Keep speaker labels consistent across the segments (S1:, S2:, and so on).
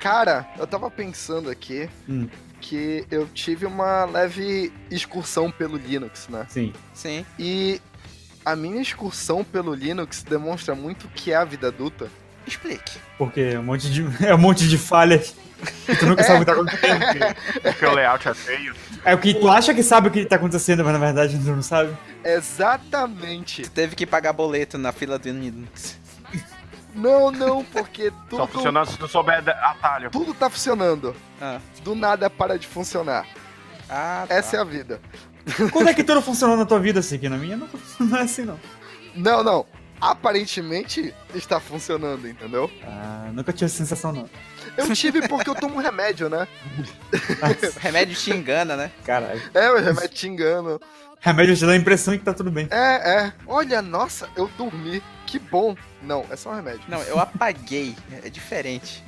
S1: Cara, eu tava pensando aqui
S2: Hum.
S1: que eu tive uma leve excursão pelo Linux, né?
S2: Sim.
S3: Sim.
S1: E a minha excursão pelo Linux demonstra muito o que é a vida adulta.
S3: Explique.
S2: Porque é um monte de, é um monte de falhas. que Tu nunca sabe o que tá acontecendo. porque-
S4: Porque o layout é feio.
S2: É o que tu acha que sabe o que tá acontecendo, mas na verdade tu não sabe.
S1: Exatamente.
S3: Tu teve que pagar boleto na fila do Linux.
S1: Não, não, porque
S4: Só
S1: tudo,
S4: funciona se tu souber da- atalho.
S1: tudo tá funcionando.
S3: Ah,
S1: Do nada para de funcionar.
S3: ah tá.
S1: Essa é a vida.
S2: Quando é que tudo funcionou na tua vida assim? Que na minha não, não é assim, não.
S1: Não, não. Aparentemente está funcionando, entendeu?
S2: Ah, nunca tive essa sensação, não.
S1: Eu tive porque eu tomo remédio, né?
S2: Mas,
S3: Remédio te engana, né?
S2: caralho.
S1: É, o remédio te engana.
S2: Remédio te dá a impressão que tá tudo bem.
S1: É, é. Olha, nossa, eu dormi. Que bom. Não, é só um remédio.
S3: Não, eu apaguei. É diferente.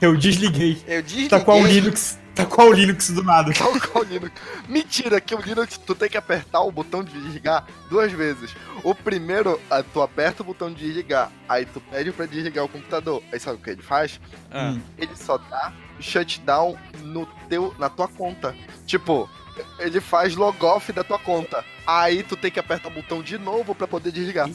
S2: Eu desliguei.
S3: Eu desliguei.
S2: Tá qual o Linux? Tá qual o Linux do nada?
S1: Tal qual o Linux. Mentira, que o Linux tu tem que apertar o botão de desligar duas vezes. O primeiro, ah, tu aperta o botão de desligar, aí tu pede pra desligar o computador. Aí sabe o que ele faz?
S3: Ah,
S2: Hum.
S1: Ele só dá shutdown no teu, na tua conta. Tipo, ele faz logoff da tua conta. Aí tu tem que apertar o botão de novo pra poder desligar.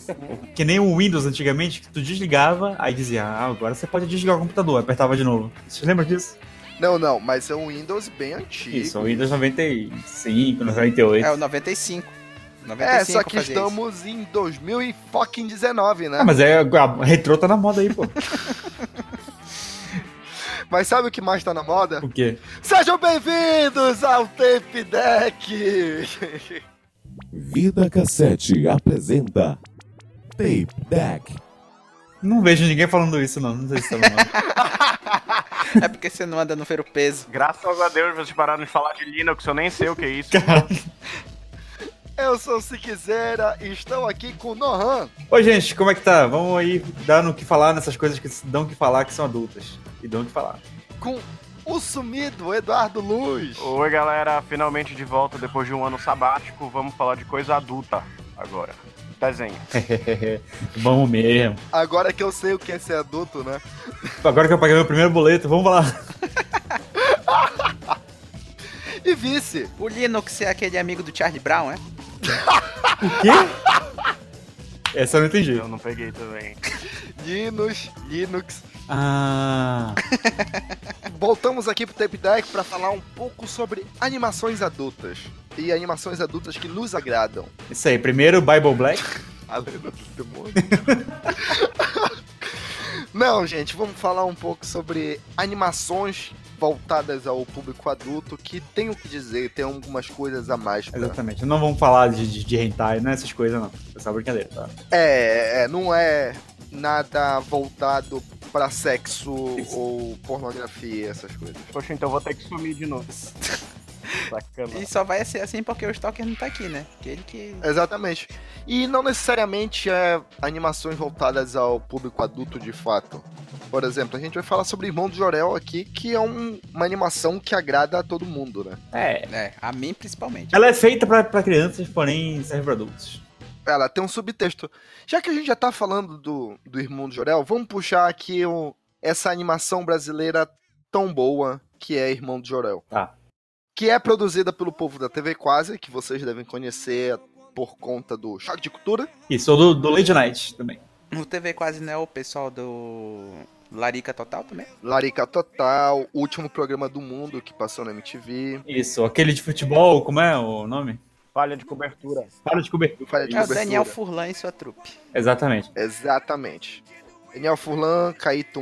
S2: Que nem o Windows antigamente, que tu desligava, aí dizia, ah, agora você pode desligar o computador, apertava de novo. Você lembra disso?
S1: Não, não, mas é um Windows bem antigo.
S2: Isso, o Windows 95, 98.
S3: É o 95. 95
S1: É, só que
S3: fazia isso.
S1: estamos em 2019, né?
S2: Ah, mas é, a retrô tá na moda aí, pô.
S1: Mas sabe o que mais tá na moda?
S2: O quê?
S1: Sejam bem-vindos ao Tape Deck!
S5: Vida Cassete apresenta Tape Deck.
S2: Não vejo ninguém falando isso, não. Não sei se tá na moda.
S3: É porque você não anda no ver o peso.
S4: Graças a Deus vocês pararam de falar de Linux, eu nem sei o que é isso.
S1: Eu sou o Siquezeira e estou aqui com o Nohan.
S2: Oi, gente, como é que tá? Vamos aí dar no que falar nessas coisas que dão o que falar, que são adultas. E dão o que falar.
S1: O sumido Eduardo Luz.
S4: Oi galera, finalmente de volta depois de um ano sabático, vamos falar de coisa adulta agora. Desenho.
S2: Vamos mesmo.
S1: Agora que eu sei o que é ser adulto, né?
S2: Agora que eu paguei meu primeiro boleto, vamos lá.
S1: E vice.
S3: O Linux é aquele amigo do Charlie Brown, é?
S2: O quê? Essa eu não entendi.
S4: Eu não peguei também.
S1: Linux, Linux.
S2: Ah.
S1: Voltamos aqui pro Tape Deck para falar um pouco sobre animações adultas. E animações adultas que nos agradam.
S2: Isso aí, primeiro Bible Black.
S1: A lenda do demônio. Não, gente, vamos falar um pouco sobre animações voltadas ao público adulto que tem o que dizer, tem algumas coisas a mais. pra-
S2: Exatamente. Não vamos falar de, de, de hentai, não é essas coisas, não. É só brincadeira, tá?
S1: É, é, não é nada voltado pra sexo ou pornografia, essas coisas.
S4: Poxa, então vou ter que sumir de novo. Sacana.
S3: E só vai ser assim porque o Stalker não tá aqui, né? Aquele que.
S1: Exatamente. E não necessariamente é animações voltadas ao público adulto de fato. Por exemplo, a gente vai falar sobre Irmão do Jorel aqui, que é um- uma animação que agrada a todo mundo, né?
S2: É.
S3: É, a mim principalmente.
S2: Ela é feita pra, pra crianças, porém serve pra adultos.
S1: ela tem um subtexto. Já que a gente já tá falando do, do Irmão do Jorel, vamos puxar aqui o, essa animação brasileira tão boa que é Irmão do Jorel.
S2: Tá.
S1: Que é produzida pelo povo da TV Quase, que vocês devem conhecer por conta do Choque de Cultura.
S2: Isso, ou do, do Lady Night também.
S3: No TV quase não é o pessoal do. Larica Total também?
S1: Larica Total, o último programa do mundo que passou na MTV.
S2: Isso, aquele de futebol, como é o nome?
S4: Falha de cobertura.
S2: Para de cobertura.
S1: Falha de
S3: É o
S1: cobertura.
S3: Daniel Furlan e sua trupe.
S2: Exatamente.
S1: Exatamente. Daniel Furlan, Caíto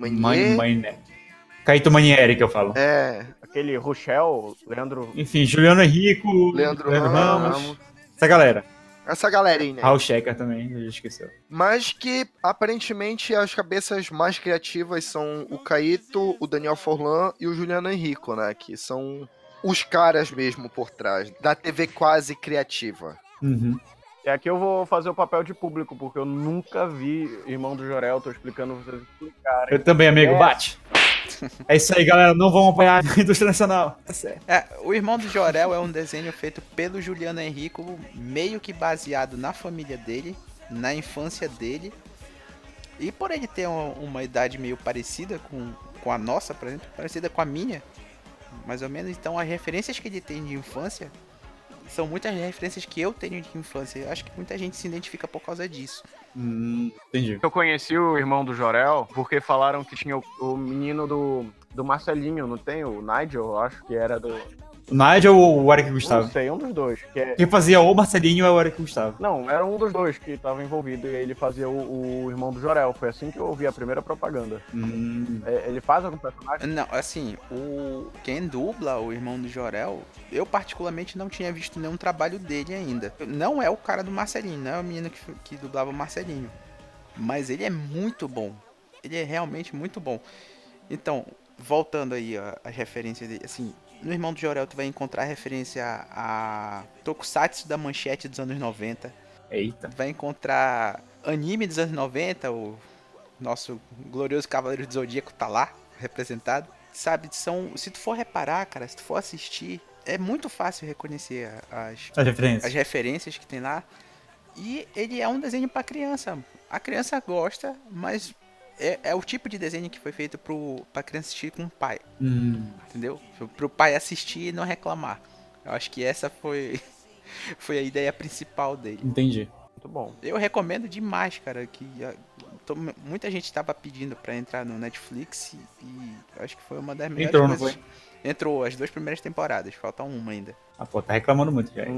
S2: Mãe,
S1: Manier.
S2: mãe, né? Caíto Manieri que eu falo.
S1: É,
S4: Aquele Rochel, Leandro.
S2: Enfim, Juliano Henrico,
S1: Leandro Ramos. É.
S2: Essa galera.
S1: essa galerinha.
S2: Raul Checker também, a gente esqueceu.
S1: Mas que aparentemente as cabeças mais criativas são o Caíto, o Daniel Forlan e o Juliano Henrico, né? Que são os caras mesmo por trás da TV quase criativa.
S2: Uhum.
S4: E aqui é eu vou fazer o papel de público, porque eu nunca vi Irmão do Jorel, tô explicando vocês explicarem.
S2: Eu também, amigo,
S4: É.
S2: bate. É isso aí, galera. Não vão apoiar a indústria nacional. Tá certo.
S3: É, o Irmão do Jorel é um desenho feito pelo Juliano Henrico, meio que baseado na família dele, na infância dele. E por ele ter uma, uma idade meio parecida com, com a nossa, por exemplo, parecida com a minha, mais ou menos, então as referências que ele tem de infância são muitas referências que eu tenho de infância. Eu acho que muita gente se identifica por causa disso.
S2: Hum, entendi.
S4: Eu conheci o irmão do Jorel porque falaram que tinha o, o menino do, do Marcelinho, não tem? O Nigel, eu acho que era do.
S2: O Nigel ou o Eric
S4: Não
S2: Gustavo?
S4: sei, um dos dois. Que é...
S2: Quem fazia ou o Marcelinho ou o Eric Gustavo.
S4: Não, era um dos dois que tava envolvido e ele fazia o, o irmão do Jorel. Foi assim que eu ouvi a primeira propaganda.
S2: Hum,
S4: É, ele faz algum personagem?
S3: Não, assim, o quem dubla o irmão do Jorel, eu particularmente não tinha visto nenhum trabalho dele ainda. Não é o cara do Marcelinho, não é o menino que, que dublava o Marcelinho. Mas ele é muito bom. Ele é realmente muito bom. Então, voltando aí ó, as referências dele, assim, no irmão do Jorel tu vai encontrar referência a Tokusatsu da manchete dos anos 90
S2: eita.
S3: vai encontrar anime dos anos 90, o nosso glorioso Cavaleiro do Zodíaco tá lá, representado. Sabe, são, se tu for reparar, cara, se tu for assistir, é muito fácil reconhecer a- as,
S2: As
S3: as
S2: referências.
S3: referências que tem lá. E ele é um desenho pra criança. A criança gosta, mas é, é o tipo de desenho que foi feito pro, pra criança assistir com o pai
S2: Hum,
S3: entendeu? Pro pai assistir e não reclamar. Eu acho que essa foi, foi a ideia principal dele.
S2: entendi.
S4: Muito bom.
S3: Eu recomendo demais, cara, que a- tô- muita gente tava pedindo pra entrar no Netflix e, e acho que foi uma das melhores
S2: Entrou, não
S3: coisas. Entrou as duas primeiras temporadas, falta uma ainda.
S2: Ah, pô, tá reclamando muito, já.
S4: É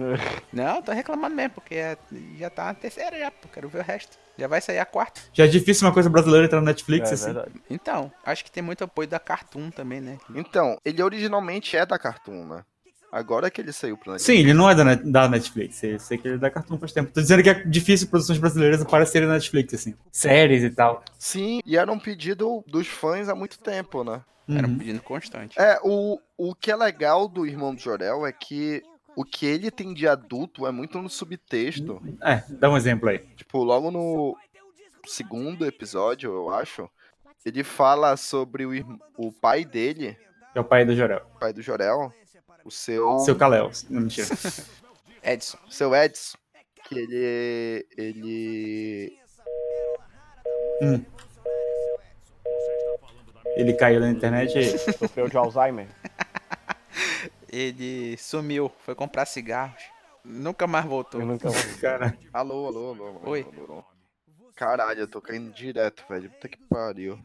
S3: Não, tô reclamando mesmo, porque é- já tá na terceira já, pô, quero ver o resto. Já vai sair a quarta.
S2: Já é difícil uma coisa brasileira entrar no Netflix,
S4: É
S2: assim.
S4: verdade.
S3: Então, acho que tem muito apoio da Cartoon também, né?
S1: Então, ele originalmente é da Cartoon, né? Agora que ele saiu pro Netflix.
S2: Sim, ele não é da, Net- da Netflix. Eu sei que ele é da Cartoon faz tempo. Tô dizendo que é difícil produções brasileiras aparecerem na Netflix, assim. Séries e tal.
S1: Sim, e era um pedido dos fãs há muito tempo, né?
S3: Era um
S2: Uhum.
S3: pedido constante.
S1: É, o, o que é legal do Irmão do Jorel é que o que ele tem de adulto é muito no subtexto.
S2: É, dá um exemplo aí.
S1: Tipo, logo no segundo episódio, eu acho, ele fala sobre o, irm- o pai dele,
S2: Que é o pai do Jorel.
S1: o pai do Jorel, o seu,
S2: Seu Kalel. Não, mentira.
S3: Edson,
S1: seu Edson, que ele, ele
S2: Ele caiu na internet e...
S4: Sofreu de Alzheimer.
S3: ele sumiu, foi comprar cigarros. Nunca mais voltou.
S4: Eu nunca ouvi.
S2: Cara,
S1: Alô, alô, alô, alô.
S3: Oi.
S1: alô, alô. Caralho, eu tô caindo direto, velho. Puta que pariu.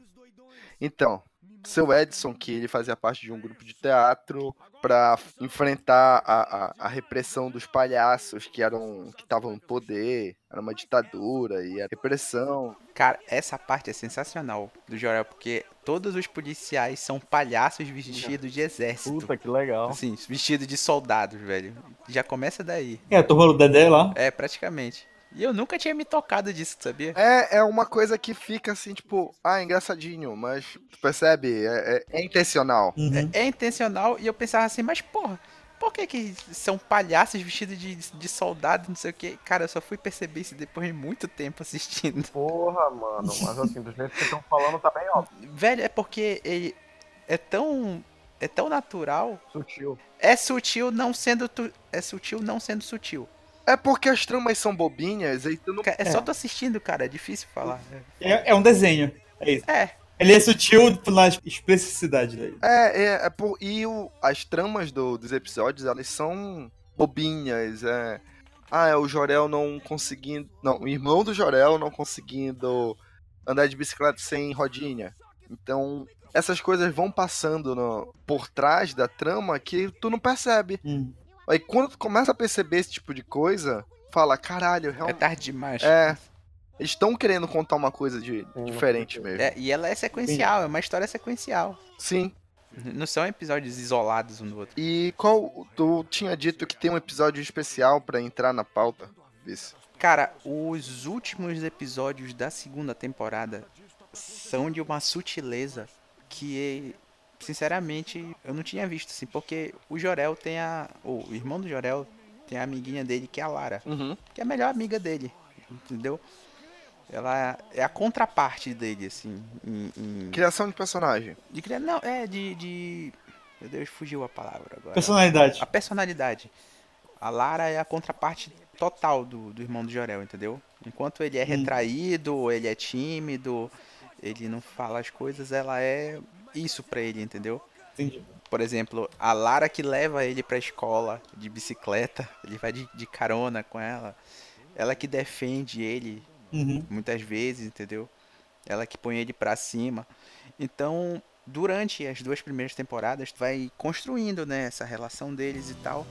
S1: Então, seu Edson, que ele fazia parte de um grupo de teatro pra enfrentar a, a, a repressão dos palhaços que eram que estavam no poder, era uma ditadura e a repressão.
S3: Cara, essa parte é sensacional do Jorel, porque todos os policiais são palhaços vestidos de exército.
S4: Puta então. que legal.
S3: Assim, vestidos de soldados, velho. Já começa daí.
S2: é a turma do Dedé lá.
S3: É, praticamente. E eu nunca tinha me tocado disso, sabia?
S1: É, é uma coisa que fica assim, tipo, ah, engraçadinho, mas tu percebe? É, é- é intencional.
S2: Uhum.
S3: É intencional e eu pensava assim, mas porra, por que que são palhaços vestidos de, de soldado, não sei o que? Cara, eu só fui perceber isso depois de muito tempo assistindo.
S4: Porra, mano. Mas assim, dos jeitos que estão falando tá bem, ó,
S3: Velho, é porque ele é tão. é tão natural.
S4: sutil.
S3: É sutil não sendo. tu- É sutil não sendo sutil.
S1: É porque as tramas são bobinhas e tu não
S3: Ca- É só tô assistindo, cara. É difícil falar.
S2: É, é um desenho. É isso.
S3: É.
S2: Ele é sutil na expressividade dele.
S1: É, é, é por- e o- as tramas do- dos episódios, elas são bobinhas, é. Ah, é o Jorel não conseguindo. Não, o irmão do Jorel não conseguindo andar de bicicleta sem rodinha. Então, essas coisas vão passando no- por trás da trama que tu não percebe.
S2: Hum.
S1: Aí quando tu começa a perceber esse tipo de coisa, fala, caralho,
S3: É
S1: realmente.
S3: tarde demais.
S1: É. Eles estão querendo contar uma coisa de, diferente mesmo.
S3: É, e ela é sequencial, é uma história sequencial.
S1: Sim.
S3: N- Não são episódios isolados um do outro.
S1: E qual. Tu tinha dito que tem um episódio especial pra entrar na pauta? Vice.
S3: Cara, os últimos episódios da segunda temporada são de uma sutileza que, sinceramente, eu não tinha visto, assim, porque o Jorel tem a. O irmão do Jorel tem a amiguinha dele, que é a Lara. que é a melhor amiga dele, entendeu? Ela é a contraparte dele, assim, em- em-
S1: Criação de personagem.
S3: de criar, não, é de, de, meu Deus, fugiu a palavra agora.
S2: Personalidade.
S3: A personalidade. A Lara é a contraparte total do, do irmão do Jorel, entendeu? Enquanto ele é retraído, ele é tímido, ele não fala as coisas, ela é isso pra ele, entendeu?
S2: Entendi.
S3: Por exemplo, a Lara que leva ele pra escola de bicicleta, ele vai de, de carona com ela. Ela que defende ele
S2: Uhum.
S3: muitas vezes, entendeu? Ela que põe ele pra cima. Então, durante as duas primeiras temporadas, tu vai construindo, né, essa relação deles e tal.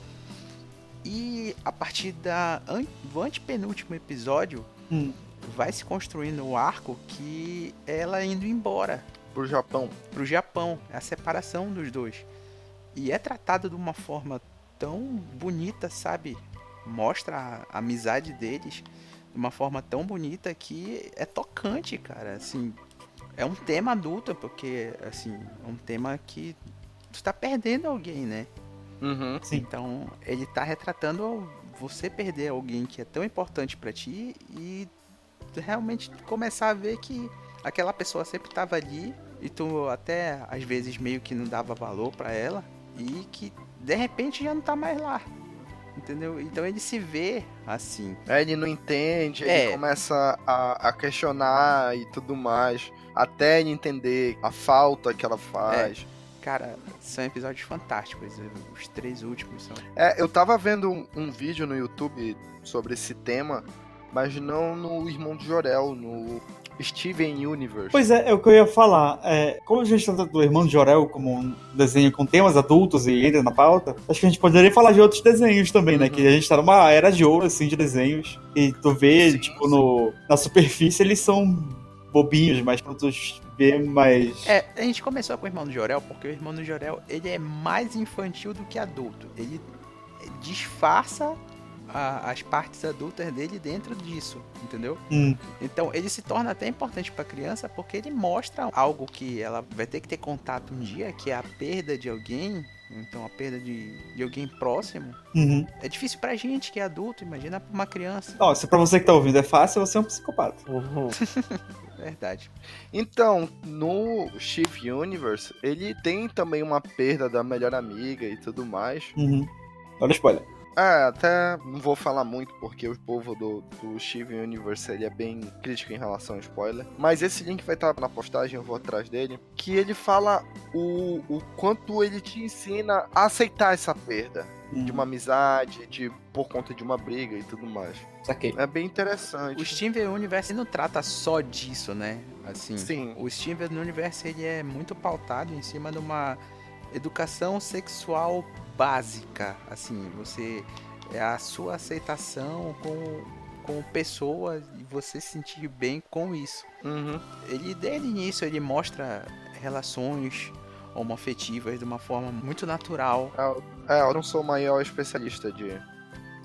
S3: E a partir da an- do antepenúltimo episódio,
S2: Hum.
S3: vai se construindo o arco que ela indo embora
S1: Pro Japão.
S3: pro Japão, a separação dos dois. E é tratado de uma forma tão bonita, sabe? Mostra a amizade deles de uma forma tão bonita que é tocante, cara. Assim, é um tema adulto, porque assim, é um tema que tu tá perdendo alguém, né?
S1: Uhum.
S2: Sim.
S3: Então, ele tá retratando você perder alguém que é tão importante pra ti e tu realmente começar a ver que aquela pessoa sempre tava ali e tu até às vezes meio que não dava valor pra ela e que de repente já não tá mais lá. Entendeu? Então ele se vê assim.
S1: Aí ele não entende, aí
S3: É.
S1: ele começa a, a questionar e tudo mais. Até ele entender a falta que ela faz.
S3: Cara, são episódios fantásticos. Os três últimos são.
S1: É, eu tava vendo um, um vídeo no YouTube sobre esse tema, mas não no Irmão do Jorel, no Steven Universe.
S2: Pois é, é o que eu ia falar. É, como a gente trata do Irmão de Jorel como um desenho com temas adultos e entra na pauta, acho que a gente poderia falar de outros desenhos também, né?
S1: Uhum.
S2: Que a gente tá numa era de ouro, assim, de desenhos. E tu vê,
S1: Sim,
S2: tipo, No, na superfície eles são bobinhos, mas quando tu vê mais...
S3: É, a gente começou com o Irmão do Jorel porque o Irmão do Jorel ele é mais infantil do que adulto. Ele disfarça a- as partes adultas dele dentro disso, entendeu?
S2: Hum,
S3: Então ele se torna até importante pra criança porque ele mostra algo que ela vai ter que ter contato um dia, que é a perda de alguém. Então a perda de, de alguém próximo
S2: uhum.
S3: é difícil pra gente que é adulto, imagina pra uma criança.
S2: Ó, se pra você que tá ouvindo é fácil, você é um psicopata.
S4: Uhum.
S3: É Verdade.
S1: Então, no Steve Universe, ele tem também uma perda da melhor amiga e tudo mais.
S2: Uhum. Olha o spoiler.
S1: É, até não vou falar muito porque o povo do, do Steven Universe ele é bem crítico em relação a spoiler. Mas esse link vai estar na postagem, eu vou atrás dele. Que ele fala o, o quanto ele te ensina a aceitar essa perda.
S2: Uhum.
S1: De uma amizade, de por conta de uma briga e tudo mais.
S2: Saquei.
S1: É bem
S3: O
S1: interessante.
S3: Steven Universe não trata só disso, né? Assim.
S1: Sim.
S3: O Steven no universo ele é muito pautado em cima de uma educação sexual básica, assim, você é a sua aceitação com como pessoa e você se sentir bem com isso.
S1: Uhum.
S3: Ele desde o início ele mostra relações homoafetivas de uma forma muito natural.
S1: É, eu não sou o maior especialista de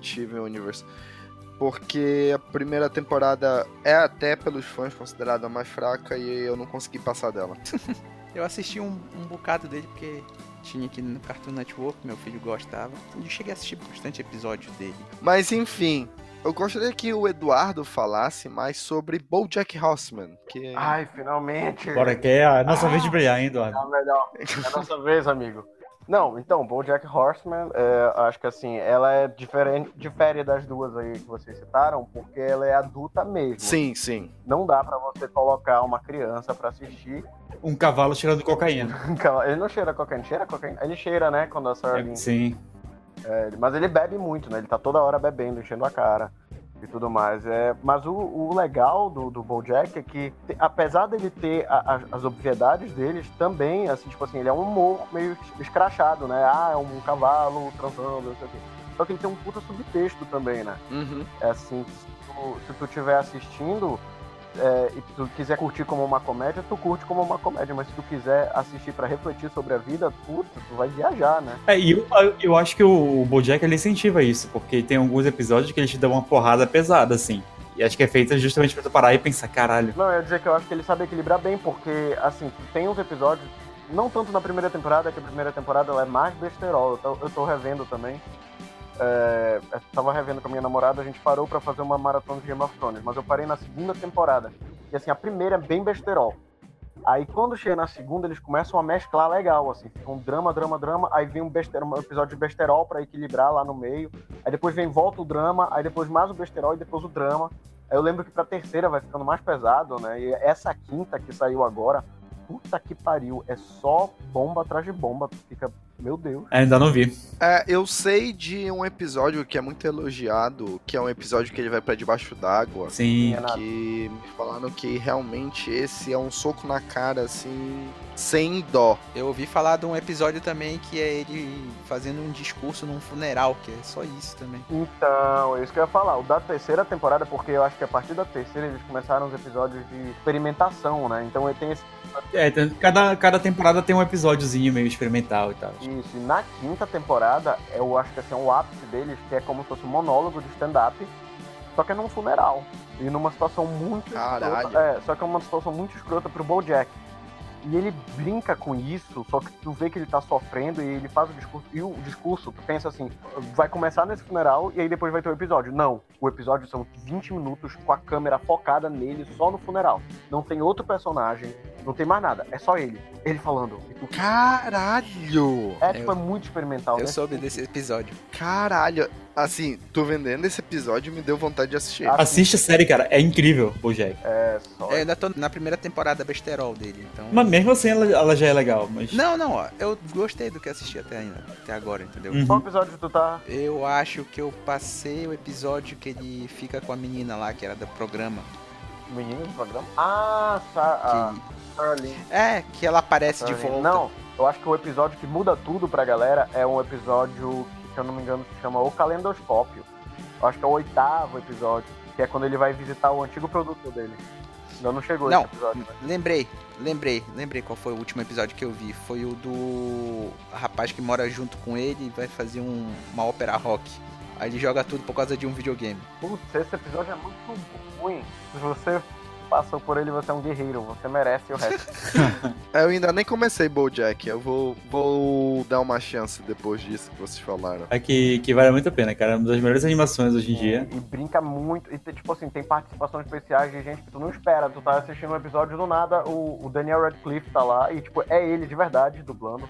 S1: Steven Universe. Porque a primeira temporada é até pelos fãs considerada a mais fraca e eu não consegui passar dela.
S3: Eu assisti um, um bocado dele porque tinha aqui no Cartoon Network, meu filho gostava. E eu cheguei a assistir bastante episódio dele.
S1: Mas enfim, eu gostaria que o Eduardo falasse mais sobre BoJack Horseman, que é-
S4: Ai, finalmente.
S2: Bora, que é a nossa vez de brilhar, hein, Eduardo?
S4: É a melhor. É a nossa vez, amigo. Não, então, BoJack Horseman, é, acho que assim, ela é diferente, difere das duas aí que vocês citaram, porque ela é adulta mesmo.
S1: sim, sim.
S4: Não dá pra você colocar uma criança pra assistir.
S2: Um cavalo cheirando cocaína.
S4: Ele não cheira cocaína, cheira cocaína. Ele cheira, né, quando a Sarah Lynn
S2: Sim.
S4: ele- Mas ele bebe muito, né? Ele tá toda hora bebendo, enchendo a cara e tudo mais. É, mas o, o legal do, do Bojack é que, te- apesar dele ter a- a- as obviedades deles, também, assim, tipo assim, ele é um humor meio escrachado, né? Ah, é um cavalo transando, não sei o quê. Só que ele tem um puta subtexto também, né?
S1: Uhum.
S4: É assim, se tu, se tu tiver assistindo é, e tu quiser curtir como uma comédia, tu curte como uma comédia. Mas se tu quiser assistir pra refletir sobre a vida, puta, tu vai viajar, né?
S2: É, e eu, eu acho que o Bojack ele incentiva isso, porque tem alguns episódios que ele te dá uma porrada pesada, assim. E acho que é feita justamente pra tu parar e pensar, caralho.
S4: Não, eu ia dizer que eu acho que ele sabe equilibrar bem, porque, assim, tem uns episódios, não tanto na primeira temporada, que a primeira temporada ela é mais besterol, eu tô, eu tô revendo também. É, eu tava revendo com a minha namorada, a gente parou pra fazer uma maratona de Game of Thrones, mas eu parei na segunda temporada. E, assim, a primeira é bem besterol. Aí quando chega na segunda, eles começam a mesclar legal, assim. Fica um drama, drama, drama. Aí vem um, bester- um episódio de besterol pra equilibrar lá no meio. Aí depois vem volta o drama, aí depois mais o besterol e depois o drama. Aí eu lembro que pra terceira vai ficando mais pesado, né? E essa quinta que saiu agora, puta que pariu, é só bomba atrás de bomba. Tu fica, meu Deus.
S2: Ainda não vi.
S1: É, eu sei de um episódio que é muito elogiado, que é um episódio que ele vai pra debaixo d'água.
S2: Sim.
S4: Renato.
S1: Que me falaram que realmente esse é um soco na cara, assim, sem dó.
S3: Eu ouvi falar de um episódio também que é ele fazendo um discurso num funeral, que é só isso também.
S4: Então, é isso que eu ia falar. O da terceira temporada, porque eu acho que a partir da terceira eles começaram os episódios de experimentação, né? Então ele tem esse
S2: É, tem- cada, cada temporada tem um episódiozinho meio experimental e tal.
S4: Isso, e na quinta temporada, eu acho que assim, é o ápice deles, que é como se fosse um monólogo de stand-up, só que é num funeral. E numa situação muito
S1: Caralho.
S4: escrota. É, só que é uma situação muito escrota pro Bojack. E ele brinca com isso, só que tu vê que ele tá sofrendo e ele faz o discurso. E o discurso, tu pensa assim, vai começar nesse funeral e aí depois vai ter o episódio. Não, o episódio são 20 minutos com a câmera focada nele só no funeral. Não tem outro personagem, não tem mais nada, é só ele. Ele falando. E tu,
S1: Caralho!
S4: é, tipo, é muito experimental,
S3: Eu
S4: né?
S3: soube desse episódio.
S1: Caralho! Assim, tô vendendo esse episódio e me deu vontade de assistir.
S4: Ah,
S2: Assiste a série, cara. É incrível, Bojack.
S4: É, só.
S3: Eu ainda tô na primeira temporada besterol dele, então.
S2: Mas mesmo assim ela, ela já é legal, mas.
S3: Não, não, ó. Eu gostei do que assisti até ainda, até agora, entendeu?
S2: Uhum.
S4: Qual episódio tu tá?
S3: Eu acho que eu passei o episódio que ele fica com a menina lá, que era do programa.
S4: Menino do programa? Ah, Sa a
S3: que-
S4: Charlene.
S3: É, que ela aparece de
S4: Charlene.
S3: volta.
S4: Não, eu acho que o episódio que muda tudo pra galera é um episódio que, se eu não me engano, se chama O Calendoscópio. Eu acho que é o oitavo episódio, que é quando ele vai visitar o antigo produtor dele. Ainda não chegou
S3: Não.
S4: esse episódio. né?
S3: Lembrei, lembrei, lembrei qual foi o último episódio que eu vi. Foi o do rapaz que mora junto com ele e vai fazer um- uma ópera rock. Aí ele joga tudo por causa de um videogame.
S4: Putz, esse episódio é muito ruim. Se você passou por ele, você é um guerreiro, você merece o resto.
S1: Eu ainda nem comecei Bojack, eu vou, vou dar uma chance depois disso que vocês falaram.
S2: É que, que vale muito a pena, cara. É uma das melhores animações hoje em dia.
S4: É, E brinca muito. E, tipo assim, tem participações especiais de gente que tu não espera. Tu tá assistindo um episódio do nada, o, o Daniel Radcliffe tá lá e, tipo, é ele de verdade dublando.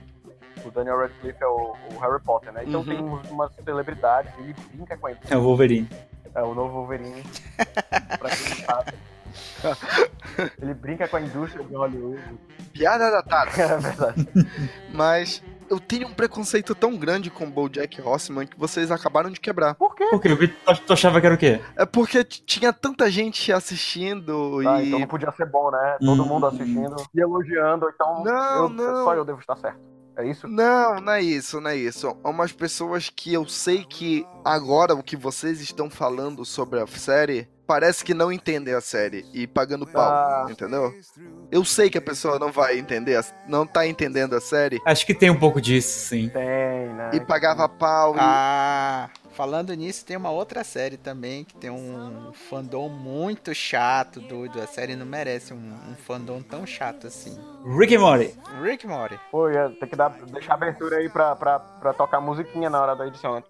S4: O Daniel Radcliffe é o, o Harry Potter, né? Então
S1: Uhum.
S4: tem uns- umas celebridades, ele brinca com ele.
S2: É o Wolverine.
S4: É o novo Wolverine. pra quem não sabe. ele brinca com a indústria de Hollywood.
S1: Piada datada.
S4: É verdade.
S1: Mas eu tenho um preconceito tão grande com o Bojack Horseman que vocês acabaram de quebrar.
S4: Por quê?
S2: Por quê? Porque tu, tu achava que era o quê?
S1: É porque t- tinha tanta gente assistindo
S4: Ah,
S1: e. Uhum.
S4: então não podia ser bom, né? Todo
S2: Hum.
S4: mundo assistindo e elogiando, então
S1: Não,
S4: eu-
S1: não.
S4: só eu devo estar certo. É isso?
S1: Não, não é isso, não é isso. Há umas pessoas que eu sei que agora o que vocês estão falando sobre a série parece que não entendem a série e pagando pau,
S4: Ah.
S1: entendeu? Eu sei que a pessoa não vai entender, a- não tá entendendo a série
S2: Acho que tem um pouco disso, sim.
S4: Tem, né?
S1: e pagava pau. e-
S3: Ah, falando nisso, tem uma outra série também que tem um fandom muito chato, doido. A série não merece um, um fandom tão chato assim.
S2: Rick and Morty.
S3: Rick Mori.
S4: Pô, ia ter que dar, deixar abertura aí pra, pra, pra tocar a musiquinha na hora da edição. né?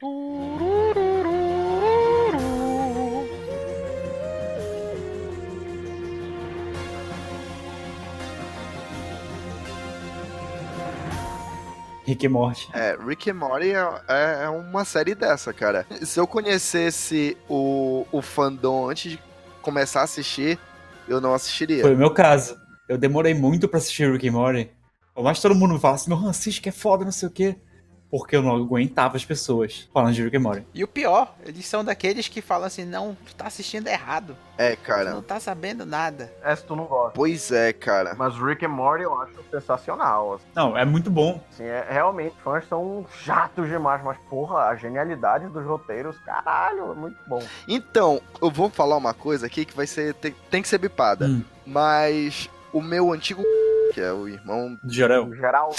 S2: Rick and Morty.
S1: É, Rick and Morty é, é- é uma série dessa, cara. Se eu conhecesse o, o fandom antes de começar a assistir, eu não assistiria.
S2: Foi o meu caso. Eu demorei muito pra assistir Rick and Morty. Por mais que todo mundo me falasse, não, assiste que é foda, não sei o quê. Porque eu não aguentava as pessoas falando de Rick and Morty.
S3: E o pior, eles são daqueles que falam assim: não, tu tá assistindo errado,
S1: É,
S3: tu não
S1: cara.
S3: tá sabendo nada.
S4: Essa tu não gosta.
S1: Pois é, cara.
S4: Mas Rick and Morty eu acho sensacional.
S2: Não, é muito bom.
S4: Assim, é, realmente, fãs são chatos demais, mas porra, a genialidade dos roteiros, caralho, é muito bom.
S1: Então, eu vou falar uma coisa aqui que vai ser. Tem, tem que ser bipada.
S2: Hum.
S1: Mas o meu antigo. Que é o irmão.
S2: De geral.
S4: No geral,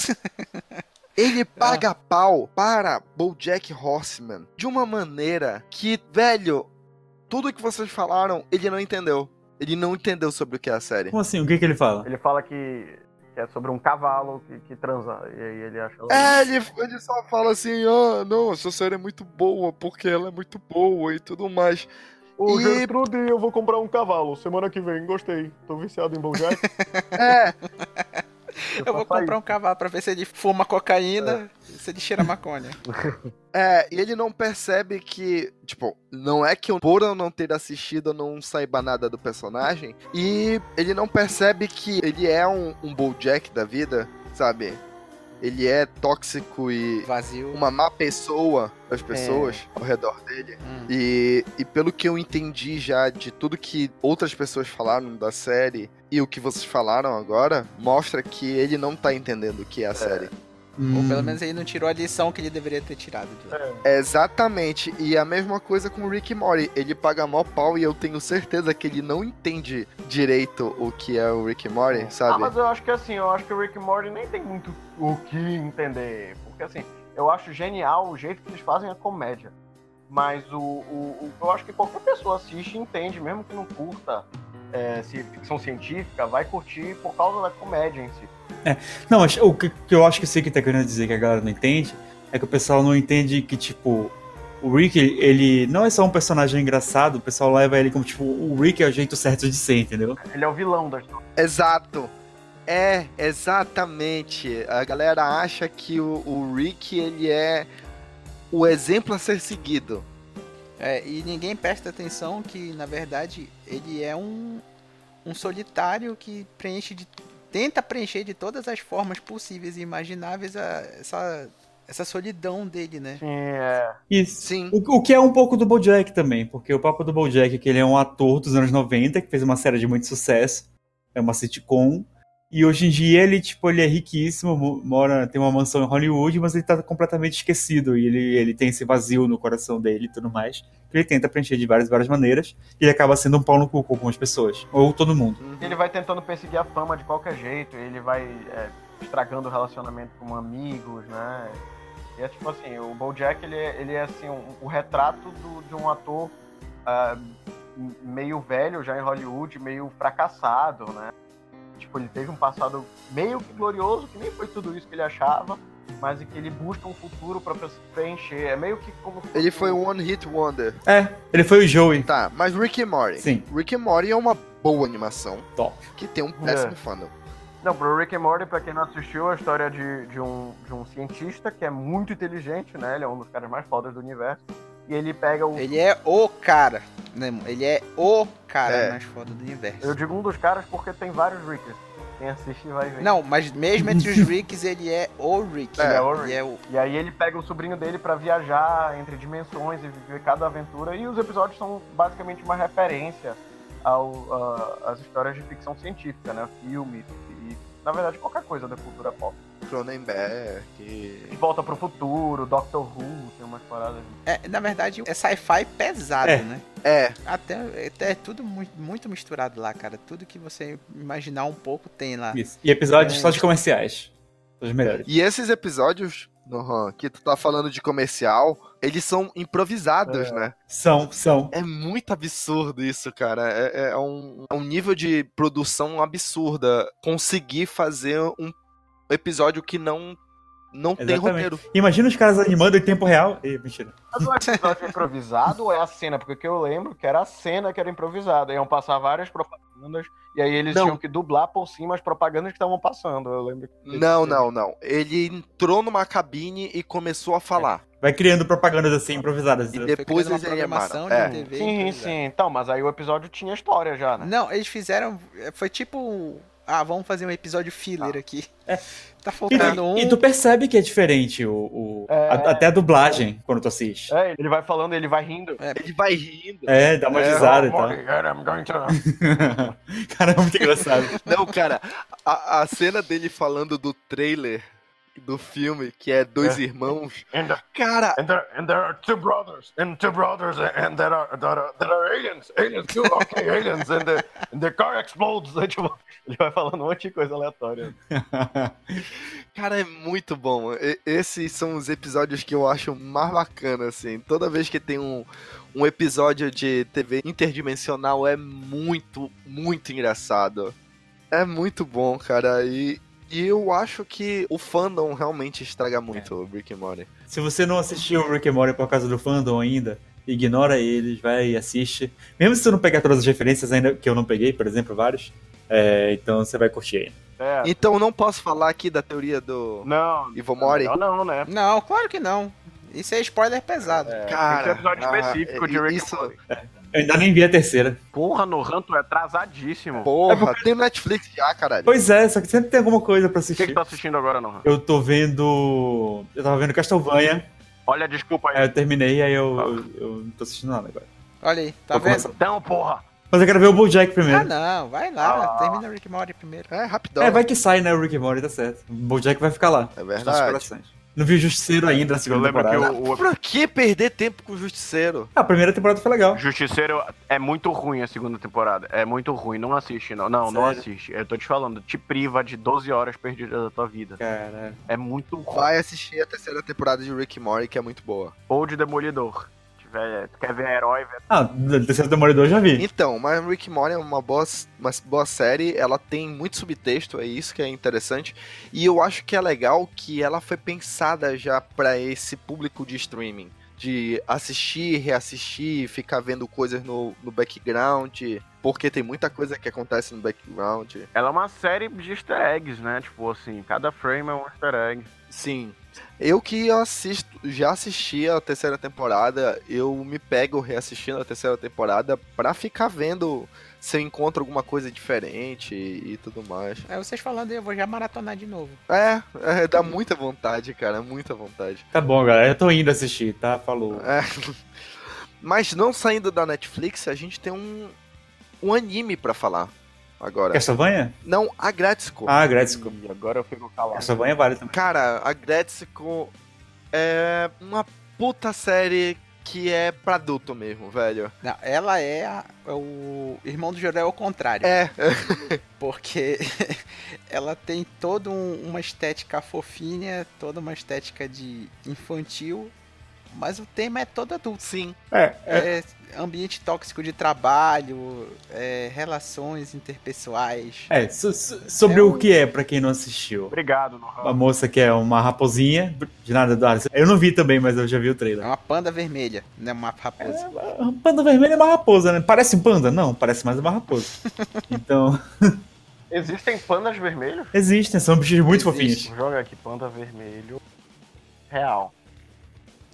S1: Ele paga pau para Bojack Horseman de uma maneira que, velho, tudo que vocês falaram, ele não entendeu. Ele não entendeu sobre o que é a série.
S2: Como assim? O que que ele fala?
S4: ele fala que, que é sobre um cavalo que, que transa. E aí ele acha.
S1: É, ele, ele só fala assim, ah, não, essa série é muito boa, porque ela é muito boa e tudo mais.
S6: Ô,
S1: E-
S6: Gertrude, eu vou comprar um cavalo semana que vem. Gostei. Tô viciado em Bojack.
S1: É,
S3: Eu vou
S4: faço
S3: comprar um cavalo pra ver se ele fuma cocaína, se ele cheira maconha.
S1: é, e ele não percebe que, tipo, não é que eu, por eu não ter assistido, eu não saiba nada do personagem. E ele não percebe que ele é um, um Bojack da vida, sabe? Ele é tóxico e
S3: Vazio.
S1: uma má pessoa das pessoas ao redor dele.
S3: Hum.
S1: E, e pelo que eu entendi já de tudo que outras pessoas falaram da série e o que vocês falaram agora, mostra que ele não tá entendendo o que é a série.
S3: Ou
S2: Hum.
S3: pelo menos ele não tirou a lição que ele deveria ter tirado de lá.
S1: Exatamente. E a mesma coisa com o Rick e Morty. Ele paga mó pau e eu tenho certeza que ele não entende direito o que é o Rick e Morty,
S4: Ah,
S1: sabe?
S4: mas eu acho que assim, eu acho que o Rick and Morty nem tem muito o que entender. Porque assim, eu acho genial o jeito que eles fazem a comédia. Mas o, o, o- eu acho que qualquer pessoa assiste e entende, mesmo que não curta é, se ficção científica, vai curtir por causa da comédia em si.
S2: Não, mas o que, que eu acho que sei que tá querendo dizer que a galera não entende é que o pessoal não entende que, tipo, o Rick, ele não é só um personagem engraçado, o pessoal leva ele como, tipo, o Rick é o jeito certo de ser, entendeu?
S4: Ele é o vilão da história.
S1: Exato. É, exatamente. A galera acha que o, o Rick, ele é o exemplo a ser seguido.
S3: É, e ninguém presta atenção que, na verdade, ele é um, um solitário que preenche de, tenta preencher de todas as formas possíveis e imagináveis a- essa, essa solidão dele, né?
S4: Sim, é.
S2: Isso.
S1: Sim.
S2: O, o que é um pouco do Bojack também, porque o papo do Bojack é que ele é um ator dos anos 90, que fez uma série de muito sucesso, é uma sitcom, e hoje em dia ele, tipo, ele é riquíssimo, mo- mora, tem uma mansão em Hollywood, mas ele tá completamente esquecido, e ele, ele tem esse vazio no coração dele e tudo mais, que ele tenta preencher de várias, várias maneiras, e ele acaba sendo um pau no cu com algumas pessoas, ou todo mundo.
S1: Uhum.
S4: Ele vai tentando perseguir a fama de qualquer jeito, ele vai é, estragando o relacionamento com amigos, né? E é tipo assim, o Bojack, ele é, ele é assim, um- o retrato do- de um ator ah, m- meio velho já em Hollywood, meio fracassado, né? Tipo, ele teve um passado meio que glorioso, que nem foi tudo isso que ele achava, mas em que ele busca um futuro pra pre- preencher. É meio que como...
S1: Ele foi um One Hit Wonder.
S2: É, ele foi o Joey.
S1: Tá, mas Rick and Morty.
S2: Sim,
S1: Rick and Morty é uma boa animação.
S2: Top.
S1: Que tem um
S4: É.
S1: péssimo fandom.
S4: Não, pro Rick and Morty, pra quem não assistiu, é a história de, de, um, de um cientista que é muito inteligente, né? Ele é um dos caras mais fodas do universo. E ele pega o.
S3: Ele é o cara, né? irmão? Ele é o cara
S1: É.
S3: mais foda do universo.
S4: Eu digo um dos caras porque tem vários Rickers. Quem assiste vai ver.
S3: Não, mas mesmo entre os Ricks, ele é o Rick.
S1: É,
S4: o
S3: Ele é o-
S4: E aí ele pega o sobrinho dele pra viajar entre dimensões e viver cada aventura. E os episódios são basicamente uma referência ao, a- às histórias de ficção científica, né? Filmes e, na verdade, qualquer coisa da cultura pop.
S1: Cronenberg.
S4: De volta pro futuro, Doctor Who, tem umas paradas.
S3: é, na verdade, é sci-fi pesado,
S2: É.
S3: né?
S1: É,
S3: Até, até é tudo muito, muito misturado lá, cara. Tudo que você imaginar um pouco tem lá.
S2: isso. E episódios só de comerciais. Os melhores.
S1: e esses episódios, Nohan, que tu tá falando de comercial, eles são improvisados, né?
S2: São, são.
S1: É muito absurdo isso, cara. É, é um, é um nível de produção absurda. Conseguir fazer um episódio que não, não tem
S2: Exatamente.
S1: roteiro.
S2: Imagina os caras animando em tempo real. E, mentira.
S4: Mas o episódio improvisado ou é a cena? Porque o que eu lembro que era a cena que era improvisada. Iam passar várias propagandas e aí eles
S1: Não.
S4: tinham que dublar por cima as propagandas que estavam passando. Eu lembro. que-
S1: Não, não, não. Ele entrou numa cabine e começou a falar.
S2: Vai criando propagandas assim, improvisadas.
S1: E
S3: Foi
S1: depois
S3: criando
S1: eles
S3: uma
S1: animaram.
S3: programação
S1: É.
S4: né?
S3: de TV.
S4: Sim,
S3: improvisada.
S4: sim. Então, mas aí o episódio tinha história já, né?
S3: Não, eles fizeram. é, Foi tipo. Ah, vamos fazer um episódio filler aqui. Tá
S2: É. E
S3: faltando
S2: tu,
S3: um.
S2: e tu percebe que é diferente o, o-
S4: É.
S2: a- até a dublagem quando tu assiste.
S4: É, ele vai falando, ele vai rindo.
S1: Ele vai rindo.
S2: É, dá uma
S1: É.
S2: risada e tal.
S4: I'm going to-
S2: Cara, é muito engraçado.
S1: Não, cara, a, a cena dele falando do trailer do filme, que é dois irmãos.
S6: And,
S1: Cara,
S6: and, there, and there are two brothers, and two brothers, and there are, there are, there are aliens, aliens too, okay, aliens, and the, and the car explodes.
S4: Tipo, Ele vai falando um monte de coisa aleatória.
S1: cara, é muito bom. E- esses são os episódios que eu acho mais bacana, assim. Toda vez que tem um, um episódio de TV interdimensional é muito, muito engraçado. É muito bom, cara. E, e eu acho que o fandom
S4: É.
S1: realmente estraga muito o Rick and Morty.
S2: Se você não assistiu Rick and Morty por causa do fandom ainda, ignora eles, vai e assiste. Mesmo se tu não pegar todas as referências ainda, que eu não peguei, por exemplo, vários, é, então você vai curtir ainda.
S4: É.
S1: Então não posso falar aqui da teoria do
S4: Não.
S1: Ivo Mori.
S4: Não, não, né?
S3: Não, claro que não. Isso é spoiler pesado.
S1: Cara,
S4: Esse um episódio
S1: ah,
S4: específico de
S1: i-
S4: Rick
S1: isso-
S4: and Morty.
S2: Eu ainda nem vi a terceira.
S4: Porra, no ranto é atrasadíssimo. O
S1: Porra, tem o Netflix já, caralho.
S2: Pois é, só que sempre tem alguma coisa pra
S4: que, que
S2: assistir.
S4: tá assistindo agora, no ranto?
S2: Eu tô vendo. Eu tava vendo Castlevania,
S4: Olha a desculpa aí.
S2: aí eu terminei, aí
S4: Ah.
S2: eu, eu, eu não tô assistindo nada agora.
S3: Olha aí, tá
S2: Vou
S3: vendo?
S4: Então, porra.
S2: Mas eu quero ver o Bojack
S3: Ah, então.
S2: primeiro.
S3: não, vai lá,
S4: Ah.
S3: termina o Rick and Morty primeiro.
S1: É, rapidão.
S2: é,
S1: É,
S2: vai que sai, né? O Rick and Morty, tá certo. O Bojack vai ficar lá. nos nossos
S1: verdade.
S2: corações. Não vi o Justiceiro ainda na
S4: É, Eu
S2: segunda
S4: lembro que
S2: temporada.
S4: o, o
S1: Pra que perder tempo com o Justiceiro?
S2: Ah, A primeira temporada foi legal.
S4: Justiceiro é muito ruim a segunda temporada. É muito ruim. Não assiste, não. Não, não
S2: Sério?
S4: assiste. Eu tô te falando, te priva de 12 horas perdidas da tua vida.
S2: Caralho.
S4: É muito ruim.
S1: Vai assistir a terceira temporada de Rick and Morty, que é muito boa.
S4: Ou de Demolidor. Tiver, tu quer ver herói, vê
S2: Ah, da terceira Demolidor eu já vi.
S1: Então, mas Rick and Morty é uma boa, uma boa série, ela tem muito subtexto, é isso que é interessante. E eu acho que é legal que ela foi pensada já pra esse público de streaming. De assistir, reassistir, ficar vendo coisas no, no background, porque tem muita coisa que acontece no background.
S4: Ela é uma série de easter eggs, né? Tipo assim, cada frame é um easter egg.
S1: Sim. Eu que assisto, já assisti a terceira temporada, eu me pego reassistindo a terceira temporada pra ficar vendo se eu encontro alguma coisa diferente e, e tudo mais.
S3: Aí é vocês falando aí, eu vou já maratonar de novo.
S1: É, é, dá muita vontade, cara, muita vontade.
S2: Tá
S3: Então-
S2: bom, galera. Eu tô indo assistir, tá? Falou.
S1: É. Mas não saindo da Netflix, a gente tem um, um anime pra falar agora.
S2: Castlevania?
S1: Não, a Gretsuko.
S2: É. Ah, Gretzko.
S4: E agora eu fico calado.
S2: Castlevania vale também.
S1: Cara, a Gretsuko é uma puta série que é pra adulto mesmo, velho.
S3: Não, ela é, a- é o irmão do Jorel ao contrário.
S1: É,
S3: Porque ela tem toda um- uma estética fofinha, toda uma estética de infantil, mas o tema é todo adulto.
S1: Sim,
S2: É, é.
S3: É ambiente tóxico de trabalho, é relações interpessoais.
S2: É, so- so- sobre
S3: É
S2: o
S3: um-
S2: que é, pra quem não assistiu.
S4: Obrigado,
S2: A
S4: Nohan.
S2: moça que é uma raposinha. De nada, Eduardo. Eu não vi também, mas eu já vi o
S3: É
S2: trailer.
S3: uma panda vermelha, né? Uma raposa.
S2: Um Panda vermelho é uma raposa, né? Parece um panda? Não, parece mais uma raposa. Então,
S4: Existem pandas vermelhos?
S2: existem, são bichos muito
S3: Existe.
S2: fofinhos.
S4: Joga aqui, panda vermelho. Real.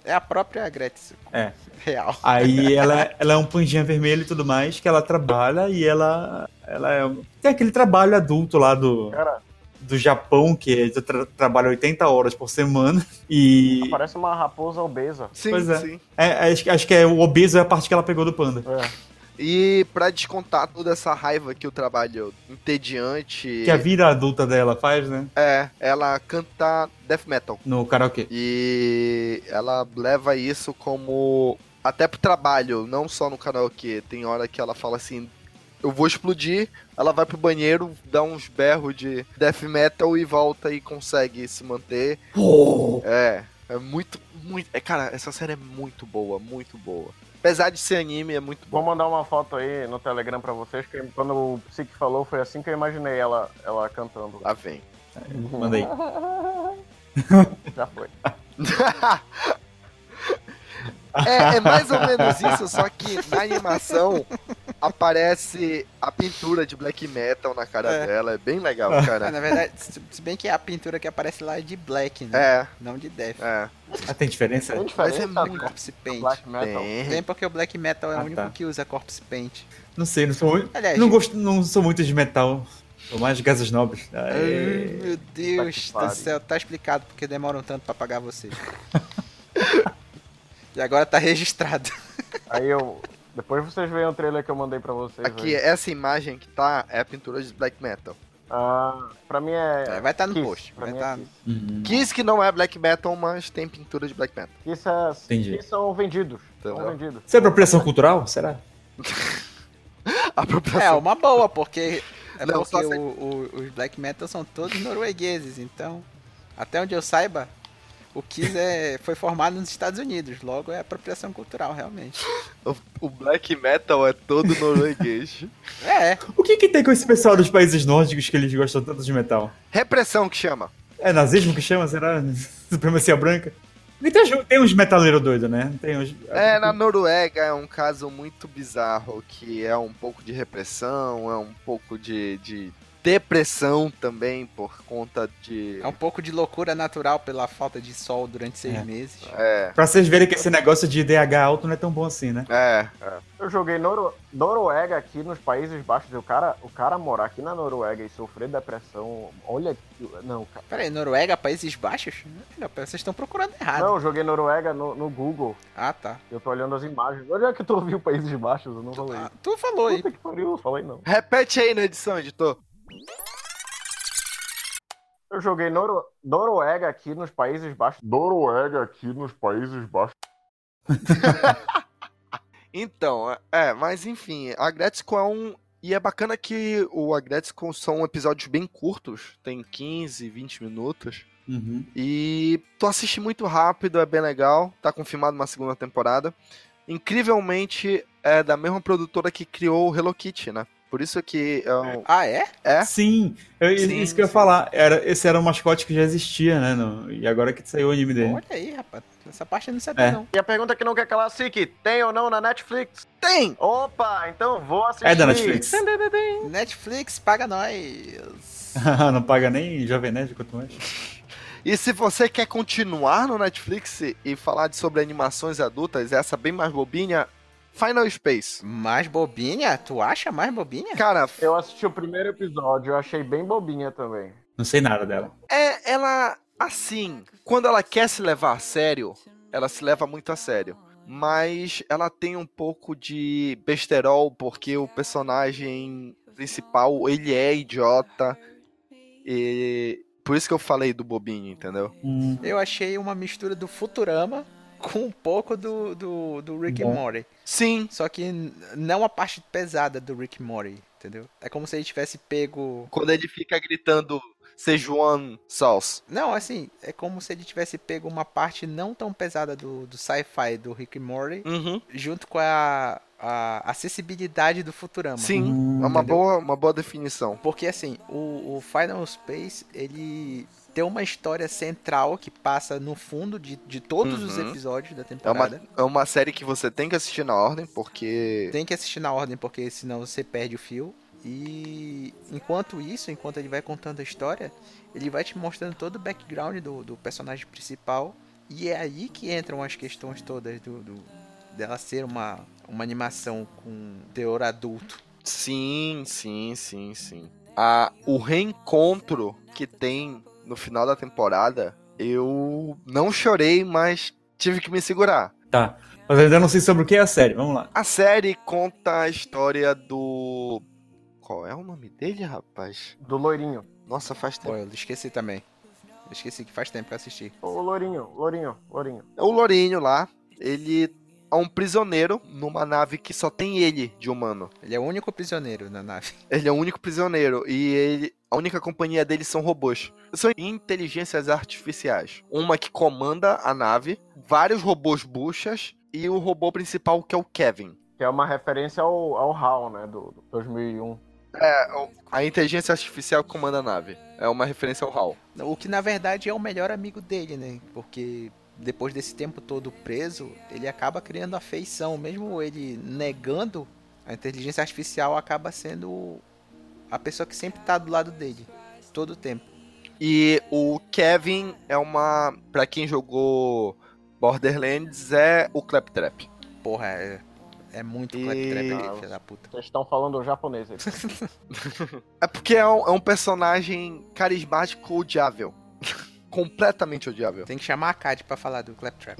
S3: É a própria Gretz.
S2: É.
S3: Real.
S2: Aí ela, ela é um pandinha vermelho e tudo mais, que ela trabalha e ela, ela é, um- tem aquele trabalho adulto lá do,
S4: Cara,
S2: do Japão, que é, tu tra- trabalha 80 horas por semana e
S4: parece uma raposa obesa.
S1: sim,
S2: Pois é.
S1: sim.
S2: é, acho, que- acho que é o obeso é a parte que ela pegou do panda.
S4: É.
S1: E pra descontar toda essa raiva que o trabalho entediante
S2: Que a vida adulta dela faz, né?
S1: é, ela canta death metal.
S2: No karaokê.
S1: E ela leva isso como até pro trabalho, não só no karaokê. Tem hora que ela fala assim: "Eu vou explodir". Ela vai pro banheiro, dá uns berros de death metal e volta e consegue se manter. É, é muito muito, é, cara, essa série é muito boa, muito boa. Apesar de ser anime, é muito boa.
S4: Vou mandar uma foto aí no Telegram pra vocês, que quando o Psique falou, foi assim que eu imaginei ela, ela cantando.
S1: Lá vem.
S2: Manda aí.
S4: Já foi.
S1: é, é mais ou menos isso, só que na animação aparece a pintura de black metal na cara
S3: É.
S1: dela. É bem legal,
S3: Ah,
S1: cara.
S3: na verdade, se se bem que a pintura que aparece lá é de black, né?
S1: É,
S3: Não de death.
S1: é.
S2: Ah, tem diferença?
S4: Tem
S1: Mas é
S4: diferença do
S1: muito
S3: Corpse paint.
S4: Black Metal?
S3: Tem
S1: bem.
S3: porque o black metal é
S2: Ah,
S3: o único
S2: tá.
S3: que usa corpse paint.
S2: Não sei, não sou muito.
S1: É,
S3: Aliás,
S2: Não, gosto, não sou muito de metal. Sou mais de gases nobres.
S3: Ai,
S1: É.
S2: Aê.
S3: meu Deus
S4: Puta que
S3: do
S4: pariu.
S3: céu, tá explicado porque demoram tanto pra pagar vocês. e agora tá registrado.
S4: Aí eu. Depois vocês veem o trailer que eu mandei pra vocês.
S1: Aqui,
S3: é.
S4: aí.
S1: essa imagem que tá é a pintura de black metal.
S4: Ah, pra mim
S3: É,
S4: é.
S3: vai estar tá no
S4: Kiss.
S3: post.
S4: Pra
S3: Vai
S4: mim
S3: tá...
S4: é Kiss.
S2: Uhum.
S1: Kiss que não é black metal, mas tem pintura de black metal.
S4: Que isso é-
S2: Entendi.
S4: que são vendidos. São
S3: Tá
S1: Entendeu?
S4: vendidos.
S2: Isso é apropriação cultural? Será?
S3: É
S1: Apropriação.
S3: uma boa, porque, é
S1: Não,
S3: porque
S1: só sei-
S3: o- o- os black metal são todos noruegueses, então, até onde eu saiba, o Kiss é, foi formado nos Estados Unidos, logo é apropriação cultural, realmente.
S1: O, o black metal é todo norueguês.
S3: É,
S2: O que, que tem com esse pessoal dos países nórdicos que eles gostam tanto de metal?
S1: Repressão que chama.
S2: É nazismo que chama? Será? Supremacia branca? E Tem, uns- tem uns metaleiros doidos, né? Tem uns.
S1: É, na Noruega é um caso muito bizarro, que é um pouco de repressão, é um pouco de, de depressão também, por conta de...
S3: É um pouco de loucura natural pela falta de sol durante seis
S2: É.
S3: meses.
S1: É,
S2: Pra vocês verem que esse negócio de DH alto não é tão bom assim, né?
S1: é.
S4: Eu joguei Noro- Noruega aqui nos Países Baixos. E o cara, o cara morar aqui na Noruega e sofrer depressão. Olha. que- Não, cara.
S3: Pera aí, Noruega, é Países Baixos? Não, pera, vocês estão procurando errado.
S4: Não, eu joguei Noruega no, no Google.
S3: Ah, tá.
S4: Eu tô olhando as imagens. Onde é que tu viu Países Baixos? Eu não falei.
S3: Ah, tu falou aí.
S4: Puta que pariu, eu falei não.
S1: Repete aí na edição, editor.
S4: Eu joguei Noro- Noruega aqui nos Países Baixos.
S6: Noruega aqui nos Países Baixos.
S1: Então, é, mas enfim, a Gretzko é um... E é bacana que o Agretzko são episódios bem curtos, tem 15, 20 minutos.
S2: Uhum.
S1: E tu assiste muito rápido, é bem legal. Tá confirmado uma segunda temporada. Incrivelmente, é da mesma produtora que criou o Hello Kitty, né? Por isso que é um-
S3: Ah, é?
S1: É?
S2: Sim, eu-
S1: Sim,
S2: isso que eu ia
S1: sim.
S2: falar. Era, esse era um mascote que já existia, né? no- e agora que saiu o anime dele.
S3: Olha aí, rapaz. Essa parte eu não sabia,
S2: É.
S3: não.
S4: E a pergunta que não quer calar, Siki, tem ou não na Netflix?
S1: tem!
S4: Opa, então vou assistir.
S2: É da Netflix.
S3: Netflix, paga nós.
S2: não paga nem Jovem Nerd, quanto mais.
S1: E se você quer continuar no Netflix e falar de- sobre animações adultas, essa bem mais bobinha, Final Space.
S3: Mais bobinha? Tu acha mais bobinha?
S1: Cara,
S4: Eu assisti o primeiro episódio, eu achei bem bobinha também.
S2: Não sei nada dela.
S1: é ela assim, quando ela quer se levar a sério, ela se leva muito a sério. Mas ela tem um pouco de besterol porque o personagem principal, ele é idiota. E por isso que eu falei do bobinho, entendeu?
S2: Hum,
S3: Eu achei uma mistura do Futurama com um pouco do, do, do Rick and
S2: Bom.
S3: Morty.
S1: Sim,
S3: Só que n- não a parte pesada do Rick and Morty, entendeu? É como se ele tivesse pego...
S1: quando ele fica gritando é Sejuan Sauce.
S3: Não, assim, é como se ele tivesse pego uma parte não tão pesada do, do sci-fi do Rick and Morty
S1: Uhum.
S3: junto com a, a acessibilidade do Futurama.
S1: Sim,
S2: Hum,
S1: é uma
S3: entendeu?
S1: boa, uma boa definição.
S3: Porque assim, o, o Final Space, ele tem uma história central que passa no fundo de, de todos os
S1: Uhum.
S3: episódios da
S1: É uma,
S3: temporada.
S1: é uma série que você tem que assistir na ordem, porque.
S3: Tem que assistir na ordem, porque senão você perde o fio. E enquanto isso, enquanto ele vai contando a história, ele vai te mostrando todo o background do, do personagem principal. E é aí que entram as questões todas do, do- dela ser uma, uma animação com teor adulto.
S1: Sim, sim, sim, sim. A, o reencontro que tem no final da temporada, eu não chorei, mas tive que me segurar.
S2: Tá. Mas eu ainda não sei sobre o que é a série. Vamos lá.
S1: A série conta a história do. Qual é o nome dele, rapaz?
S4: Do loirinho.
S1: Nossa, faz
S3: Pô,
S1: tempo.
S3: eu esqueci também. Eu esqueci que faz tempo que eu assisti.
S4: Ô, loirinho, loirinho, loirinho.
S1: É o Lourinho lá. Ele é um prisioneiro numa nave que só tem ele de humano.
S3: Ele é o único prisioneiro na nave.
S1: Ele é o único prisioneiro e ele, a única companhia dele são robôs. São inteligências artificiais. Uma que comanda a nave, vários robôs buchas e o robô principal que é o Kevin.
S4: Que é uma referência ao, ao HAL, né? Do, do 2001.
S1: É, o- a inteligência artificial que comanda a nave. É uma referência ao HAL.
S3: O que na verdade é o melhor amigo dele, né? Porque depois desse tempo todo preso, ele acaba criando afeição. Mesmo ele negando, a inteligência artificial acaba sendo a pessoa que sempre tá do lado dele. Todo o tempo.
S1: E o Kevin é uma, Pra quem jogou Borderlands é o Claptrap.
S3: Porra, é, é muito
S1: E-
S3: claptrap aquele filho da puta.
S4: Vocês estão falando japonês aí.
S1: É porque é um, é um personagem carismático odiável. Completamente odiável.
S3: Tem que chamar a Kat pra falar do claptrap.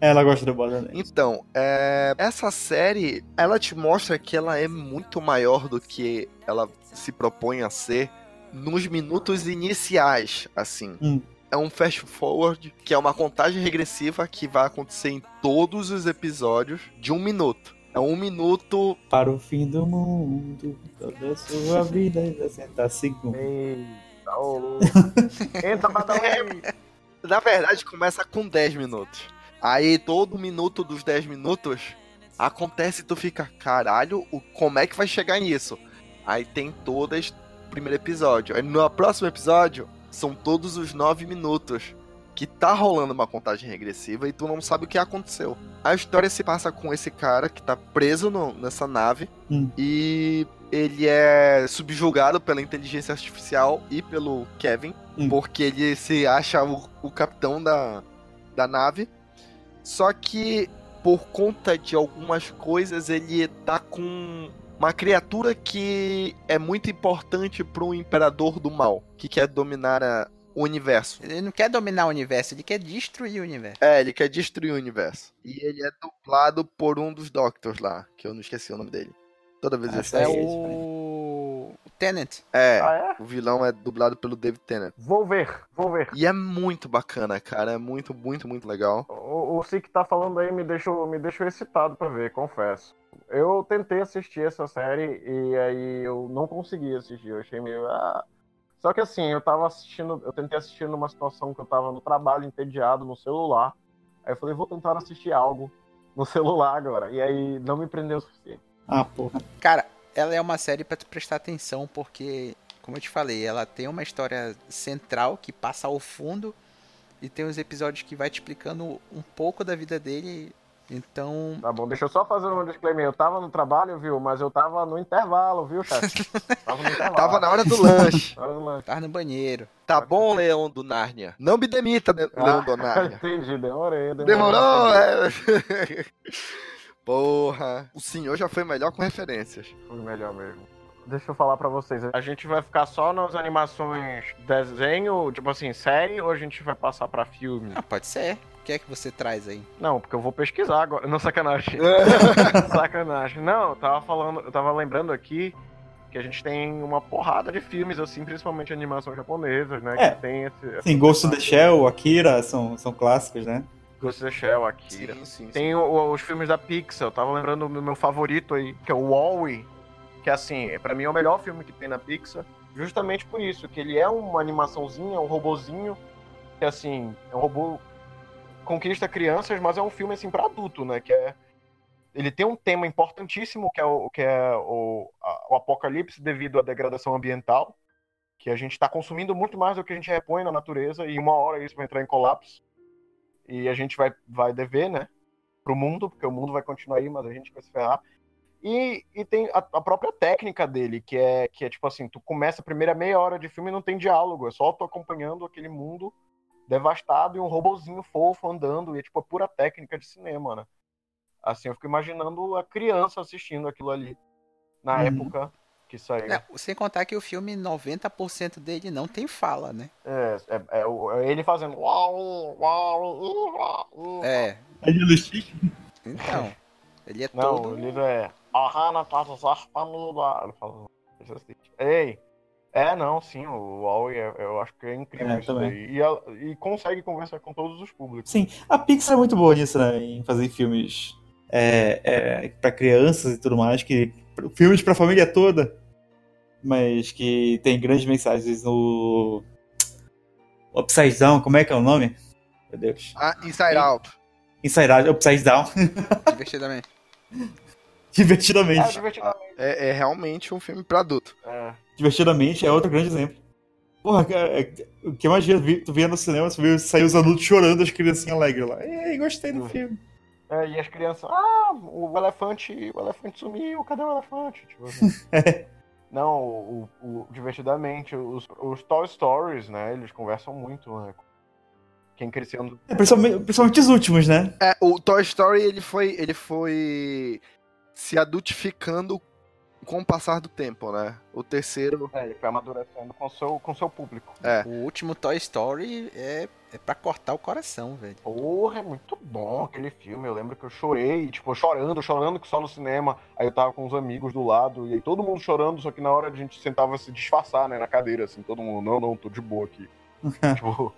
S2: Ela gosta do Borderlands.
S1: Então, é, essa série, ela te mostra que ela é muito maior do que ela se propõe a ser nos minutos iniciais, assim.
S2: Hum.
S1: É um fast forward, que é uma contagem regressiva que vai acontecer em todos os episódios de um minuto. É um minuto.
S2: Para o fim do mundo, toda a sua vida em 60 segundos.
S4: Eita, tá, ô, louco. tá Entra, Badawi!
S1: Na verdade, começa com 10 minutos. Aí todo minuto dos 10 minutos acontece e tu fica, caralho, o, como é que vai chegar nisso? Aí tem todo o primeiro episódio. Aí no próximo episódio são todos os 9 minutos que tá rolando uma contagem regressiva e tu não sabe o que aconteceu. A história se passa com esse cara que tá preso no- nessa nave
S2: Hum.
S1: e ele é subjugado pela inteligência artificial e pelo Kevin,
S2: Hum.
S1: porque ele se acha o, o capitão da, da nave. Só que por conta de algumas coisas ele tá com uma criatura que é muito importante pro imperador do mal, que quer dominar a- o universo.
S3: Ele não quer dominar o universo, ele quer destruir o universo.
S1: É, ele quer destruir o universo. E ele é dublado por um dos Doctors lá, que eu não esqueci o nome dele. Toda vez eu
S4: Ah,
S1: esqueço.
S3: É
S4: É
S3: o. o Tenet.
S1: É,
S4: Ah, é?
S1: o vilão é dublado pelo David Tennant.
S4: Vou ver, vou ver.
S1: E é muito bacana, cara. É muito, muito, muito legal.
S4: O, o Sik tá falando aí me deixou, me deixou excitado pra ver, confesso. Eu tentei assistir essa série e aí eu não consegui assistir, eu achei meio. ah. Só que assim, eu tava assistindo, eu tentei assistir numa situação que eu tava no trabalho, entediado, no celular. Aí eu falei, vou tentar assistir algo no celular agora. E aí não me prendeu o suficiente.
S2: Ah, porra.
S3: Cara, ela é uma série pra tu prestar atenção, porque, como eu te falei, ela tem uma história central que passa ao fundo e tem uns episódios que vai te explicando um pouco da vida dele. Então,
S4: Tá bom, deixa eu só fazer um disclaimer. Eu tava no trabalho, viu? Mas eu tava no intervalo, viu, chefe? Tava no intervalo.
S1: Tava na hora do lanche.
S4: Tava no lanche.
S3: tá no banheiro.
S1: Tá bom, Leão do Nárnia? Não me demita, Le-
S4: Ah.
S1: Leão do Nárnia.
S4: Entendi, demorei, demorei.
S1: Demorou? É. Porra. O senhor já foi melhor com referências.
S4: Foi melhor mesmo. Deixa eu falar pra vocês. A gente vai ficar só nas animações desenho, tipo assim, série, ou a gente vai passar pra filme?
S3: Ah, pode ser. O que é que você traz aí?
S4: Não, porque eu vou pesquisar agora. Não, sacanagem. sacanagem. Não, eu tava falando, eu tava lembrando aqui que a gente tem uma porrada de filmes, assim, principalmente animação japonesa, né?
S2: É.
S4: Que tem esse.
S2: Sim, Ghost in the Shell, Akira, são, são clássicos, né?
S4: Ghost in the Shell, Akira.
S1: Sim, sim, sim.
S4: Tem o- os filmes da Pixar, eu tava lembrando do meu favorito aí, que é o Wall-E, que assim, é- pra mim é o melhor filme que tem na Pixar, justamente por isso, que ele é uma animaçãozinha, um robozinho, que assim, é um robô que conquista crianças, mas é um filme assim pra adulto, né, que é ele tem um tema importantíssimo que é o que é o, a- o apocalipse devido à degradação ambiental, que a gente tá consumindo muito mais do que a gente repõe na natureza e uma hora isso vai entrar em colapso. E a gente vai vai dever, né? pro mundo, porque o mundo vai continuar aí, mas a gente vai se ferrar. E, e tem a, a própria técnica dele, que é, que é tipo assim, tu começa a primeira meia hora de filme e não tem diálogo, é só tu acompanhando aquele mundo devastado e um robozinho fofo andando, e é tipo a pura técnica de cinema, né? Assim, eu fico imaginando a criança assistindo aquilo ali, na
S2: Uhum.
S4: época que saiu. É,
S3: É, sem contar que o filme, 90% dele não tem fala, né?
S4: é- é o- é ele fazendo... uau, uau, uau, uau.
S3: É,
S2: Anjo do Chique.
S3: então. Ele é
S4: Não,
S3: todo.
S4: o livro é. A Hana passa as panuda. Ele fala. "Isso é assim." Ei! É, não, sim, o Huawei, é- eu acho que é incrível
S2: É,
S4: isso
S2: também.
S4: daí. E, ela- e consegue conversar com todos os públicos.
S2: Sim, a Pixar é muito boa nisso, né? Em fazer filmes é, é, para crianças e tudo mais, que filmes pra família toda, mas que tem grandes mensagens no Upside Down, como é que é o nome? Meu Deus.
S1: Ah, Inside Out.
S2: Inside Out, Upside Down,
S3: Divertidamente.
S4: É,
S2: divertidamente.
S4: divertidamente.
S1: É, é realmente um filme pra adulto.
S4: É.
S2: Divertidamente é outro grande exemplo. Porra, cara, é- o que imagina, vi- tu via no cinema, tu viu, saiu os adultos chorando, as criancinhas alegres lá. Ei, gostei do
S4: Hum.
S2: filme.
S4: É, e as crianças, ah, o elefante, o elefante sumiu, cadê o elefante? Tipo assim. Não, o, o- divertidamente, os, os Toy Stories, né? Eles conversam muito, né? com Quem cresceu no
S2: É, principalmente, principalmente os últimos, né?
S1: É, o Toy Story, ele foi, ele foi se adultificando com o passar do tempo, né? O terceiro...
S4: É, ele foi amadurecendo com seu, com seu público.
S1: É.
S3: O último Toy Story é, é pra cortar o coração, velho.
S4: Porra, é muito bom aquele filme. Eu lembro que eu chorei, tipo, chorando, chorando que só no cinema. Aí eu tava com os amigos do lado, e aí todo mundo chorando, só que na hora a gente sentava se disfarçar, né, na cadeira, assim, todo mundo, não, não, tô de boa aqui. tipo,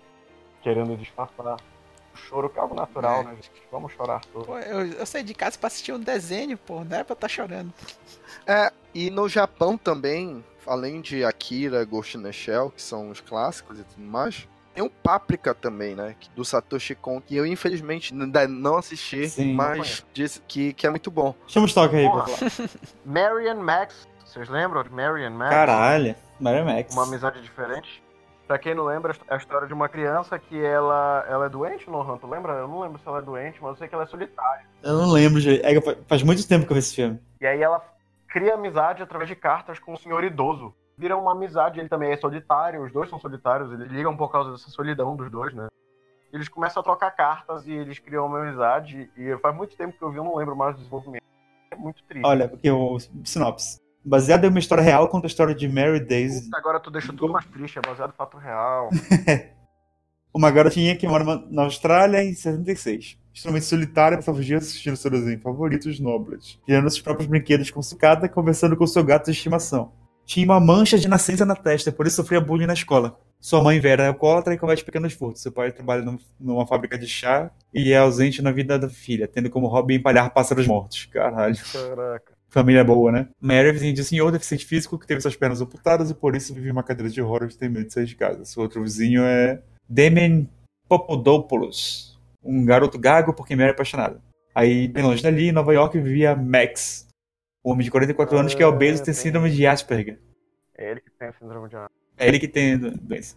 S4: querendo disfarçar. O choro que é algo natural,
S3: É.
S4: né, gente? Vamos chorar todos.
S3: Pô, eu, eu saí de casa pra assistir um desenho, pô. Não era pra estar chorando.
S1: E no Japão também, além de Akira, Ghost in the Shell, que são os clássicos e tudo mais, tem o Paprika também, né? que- Do Satoshi Kon, que eu infelizmente ainda não assisti,
S2: Sim.
S1: mas disse que, que é muito bom.
S2: Chama o toque aí,
S4: Porra.
S2: pô.
S4: Marion Max, vocês lembram de Marion Max?
S2: Caralho, Mary Max.
S4: Uma amizade diferente? Pra quem não lembra, é a história de uma criança que ela, ela é doente, Lohan, tu lembra? Eu não lembro se ela é doente, mas eu sei que ela é solitária.
S2: Eu não lembro, gente. É que fa- faz muito tempo que eu vi esse filme.
S4: E aí ela cria amizade através de cartas com o senhor idoso. Vira uma amizade, ele também é solitário, os dois são solitários, eles ligam por causa dessa solidão dos dois, né? Eles começam a trocar cartas e eles criam uma amizade, e faz muito tempo que eu vi, eu não lembro mais do desenvolvimento. É muito triste.
S2: Olha, porque o sinopse. Baseado em uma história real, conta a história de Mary Daisy,
S4: Puta, agora tu deixa tudo mais triste, é baseado em fato real.
S2: uma garotinha que mora na Austrália em 76. Extremamente solitária, passava os dias assistindo seu desenho favorito, os Nobles, criando seus próprios brinquedos com sucata e conversando com seu gato de estimação. Tinha uma mancha de nascença na testa, por isso sofria bullying na escola. Sua mãe Vera é alcoólatra e comete pequenos furtos. Seu pai trabalha num- numa fábrica de chá e é ausente na vida da filha, tendo como hobby empalhar pássaros mortos. Caralho.
S4: Caraca.
S2: Família boa, né? Mary é vizinha de um senhor deficiente físico que teve suas pernas amputadas e por isso vive em uma cadeira de rodas e tem medo de sair de casa. Seu outro vizinho é Demen Popodopoulos, um garoto gago porque Mary é apaixonada. Aí, bem longe dali, em Nova York, vivia Max, um homem de 44 anos que é obeso e tem
S4: Ah,
S2: síndrome de Asperger.
S4: É ele que tem a síndrome de Asperger.
S2: É ele que tem do- doença.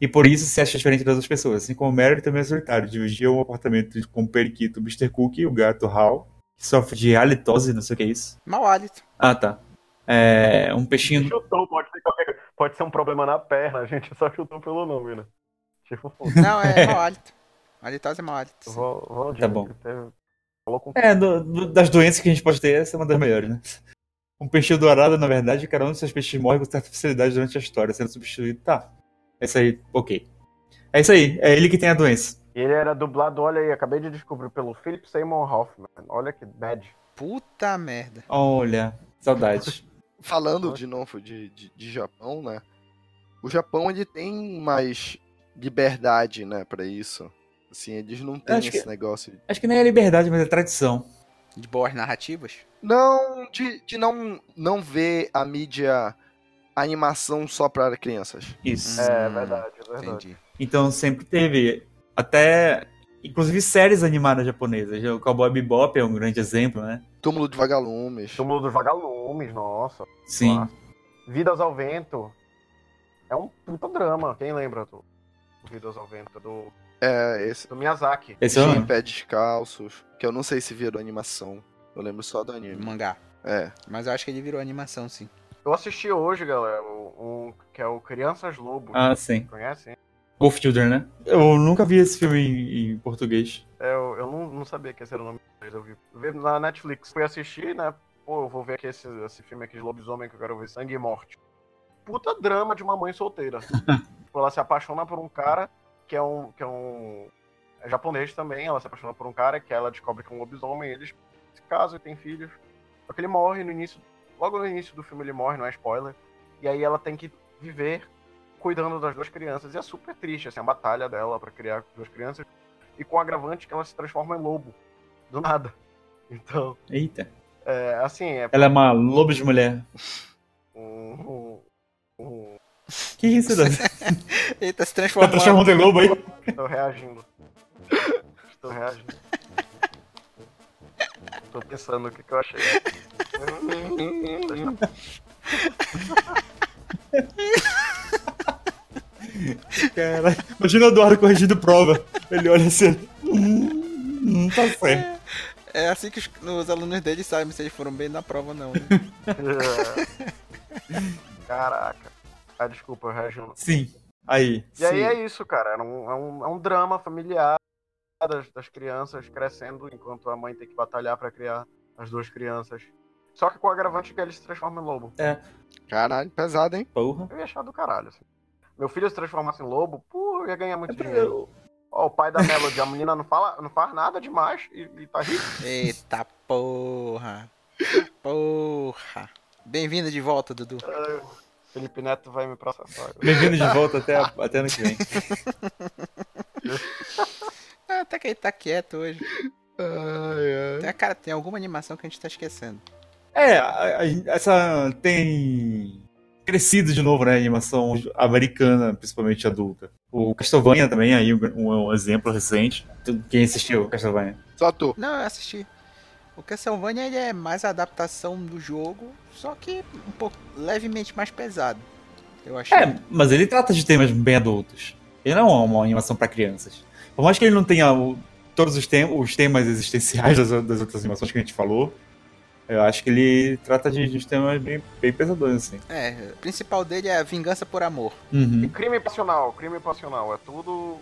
S2: E por isso se acha diferente das outras pessoas. Assim como Mary também é solitário. Dividia um apartamento com o periquito Mr. Cook e o gato Hal, que sofre de halitose, não sei o que é isso.
S3: Mau hálito.
S2: Ah, tá. É, um peixinho.
S4: Chutou, pode ser, qualquer- pode ser um problema na perna, a gente é só chutou pelo nome, né? Tipo, foda.
S3: Não, é mau hálito. Halitose é mau hálito. sim.
S4: Val- Valdir,
S2: Tá bom.
S4: que teve- Falou com
S2: É, do- do- das doenças que a gente pode ter, essa é uma das melhores, né? Um peixinho dourado, na verdade, cada um de seus peixes morre com certa facilidade durante a história, sendo substituído. Tá. É isso aí, ok. É isso aí, é ele que tem a doença.
S4: E ele era dublado, olha aí, acabei de descobrir, pelo Philip Seymour Hoffman. Olha que bad.
S3: Puta merda.
S2: Olha, saudade. Uhum.
S1: Falando de novo de, de, de Japão, né? O Japão ele tem mais liberdade, né, pra isso. Assim, eles não têm
S2: Acho
S1: esse
S2: que-
S1: negócio
S2: Acho que nem é liberdade, mas é tradição.
S3: De boas narrativas.
S1: Não, de, de não, não ver a mídia a animação só para crianças.
S2: Isso.
S4: É,
S3: Hum,
S4: verdade, é verdade.
S3: Entendi.
S2: Então sempre teve. Até. Inclusive séries animadas japonesas. O Cowboy Bebop é um grande exemplo, né?
S1: Túmulo de Vagalumes.
S4: Túmulo dos Vagalumes, nossa.
S2: Sim.
S4: Claro. Vidas ao Vento. É um puta drama, quem lembra do do Vidas ao Vento, do,
S1: É, esse.
S4: do Miyazaki.
S2: Esse é
S1: Tinha
S2: o
S1: em pé descalços. Que eu não sei se virou animação. Eu lembro só do anime.
S3: Mangá.
S1: É.
S3: Mas eu acho que ele virou animação, sim.
S4: Eu assisti hoje, galera, o, o- que é o Crianças Lobo.
S2: Ah, sim.
S4: Conhecem?
S2: Wolf Children, né? Eu nunca vi esse filme em, em português.
S4: É, eu, eu não, não sabia que esse era o nome deles, eu vi. Eu vi na Netflix. Fui assistir, né? Pô, eu vou ver aqui esse, esse filme aqui de lobisomem que eu quero ver, Sangue e Morte. Puta drama de uma mãe solteira. Tipo, ela se apaixona por um cara que é um. que é um. É japonês também, ela se apaixona por um cara que ela descobre que é um lobisomem, eles se casam e têm filhos. Só que ele morre no início. Logo no início do filme ele morre, não é spoiler. E aí ela tem que viver cuidando das duas crianças. E é super triste, assim, a batalha dela pra criar duas crianças e com o agravante que ela se transforma em lobo. Do nada. Então,
S2: Eita.
S4: é, assim, é
S2: Ela é uma lobo de mulher.
S4: um. um, um
S2: Que isso, Dan?
S3: Ele tá se
S2: Tá
S3: transformando.
S2: transformando em lobo aí?
S4: estou reagindo. Estou reagindo. Estou pensando o que, que eu achei.
S2: Cara, imagina o Eduardo corrigindo prova. Ele olha assim. Hum, hum, tá certo.
S3: É assim que os, os alunos dele sabem se eles foram bem na prova ou não. né?
S4: É. Caraca. Ah, desculpa, eu reagindo.
S2: Sim. Aí.
S4: E aí
S2: Sim.
S4: é isso, cara. É um, é um, é um drama familiar das, das crianças crescendo enquanto a mãe tem que batalhar pra criar as duas crianças. Só que com o agravante que ele se transforma em lobo.
S1: Caralho, pesado, hein?
S2: Porra.
S4: Eu ia achar do caralho. assim. Meu filho se transformasse em lobo, pô, eu ia ganhar muito
S2: É pra-
S4: dinheiro. Ó, o pai da Melody, a menina não, fala, não faz nada demais e, e tá rico.
S3: Eita porra. Porra. Bem-vindo de volta, Dudu.
S4: Felipe Neto vai me processar.
S2: Bem-vindo de volta até, a- até ano que vem.
S3: Ah, até que ele tá quieto hoje.
S1: Ai, ai.
S3: Tem- Cara, tem alguma animação que a gente tá esquecendo.
S2: É, a- a- essa tem crescido de novo, né? A animação americana, principalmente adulta. O Castlevania também, aí um, um exemplo recente. Tu- Quem assistiu o Castlevania?
S1: Só tu.
S3: Não, eu assisti. O Castlevania ele é mais a adaptação do jogo, só que um pouco levemente mais pesado. Eu achei.
S2: É, mas ele trata de temas bem adultos. Ele não é uma animação pra crianças. Por mais que ele não tenha o- todos os, tem- os temas existenciais das, das outras animações que a gente falou, eu acho que ele trata de, de uns temas bem, bem pesadões, assim.
S3: É, o principal dele é a vingança por amor.
S2: Uhum.
S4: E crime passional, crime passional. É tudo.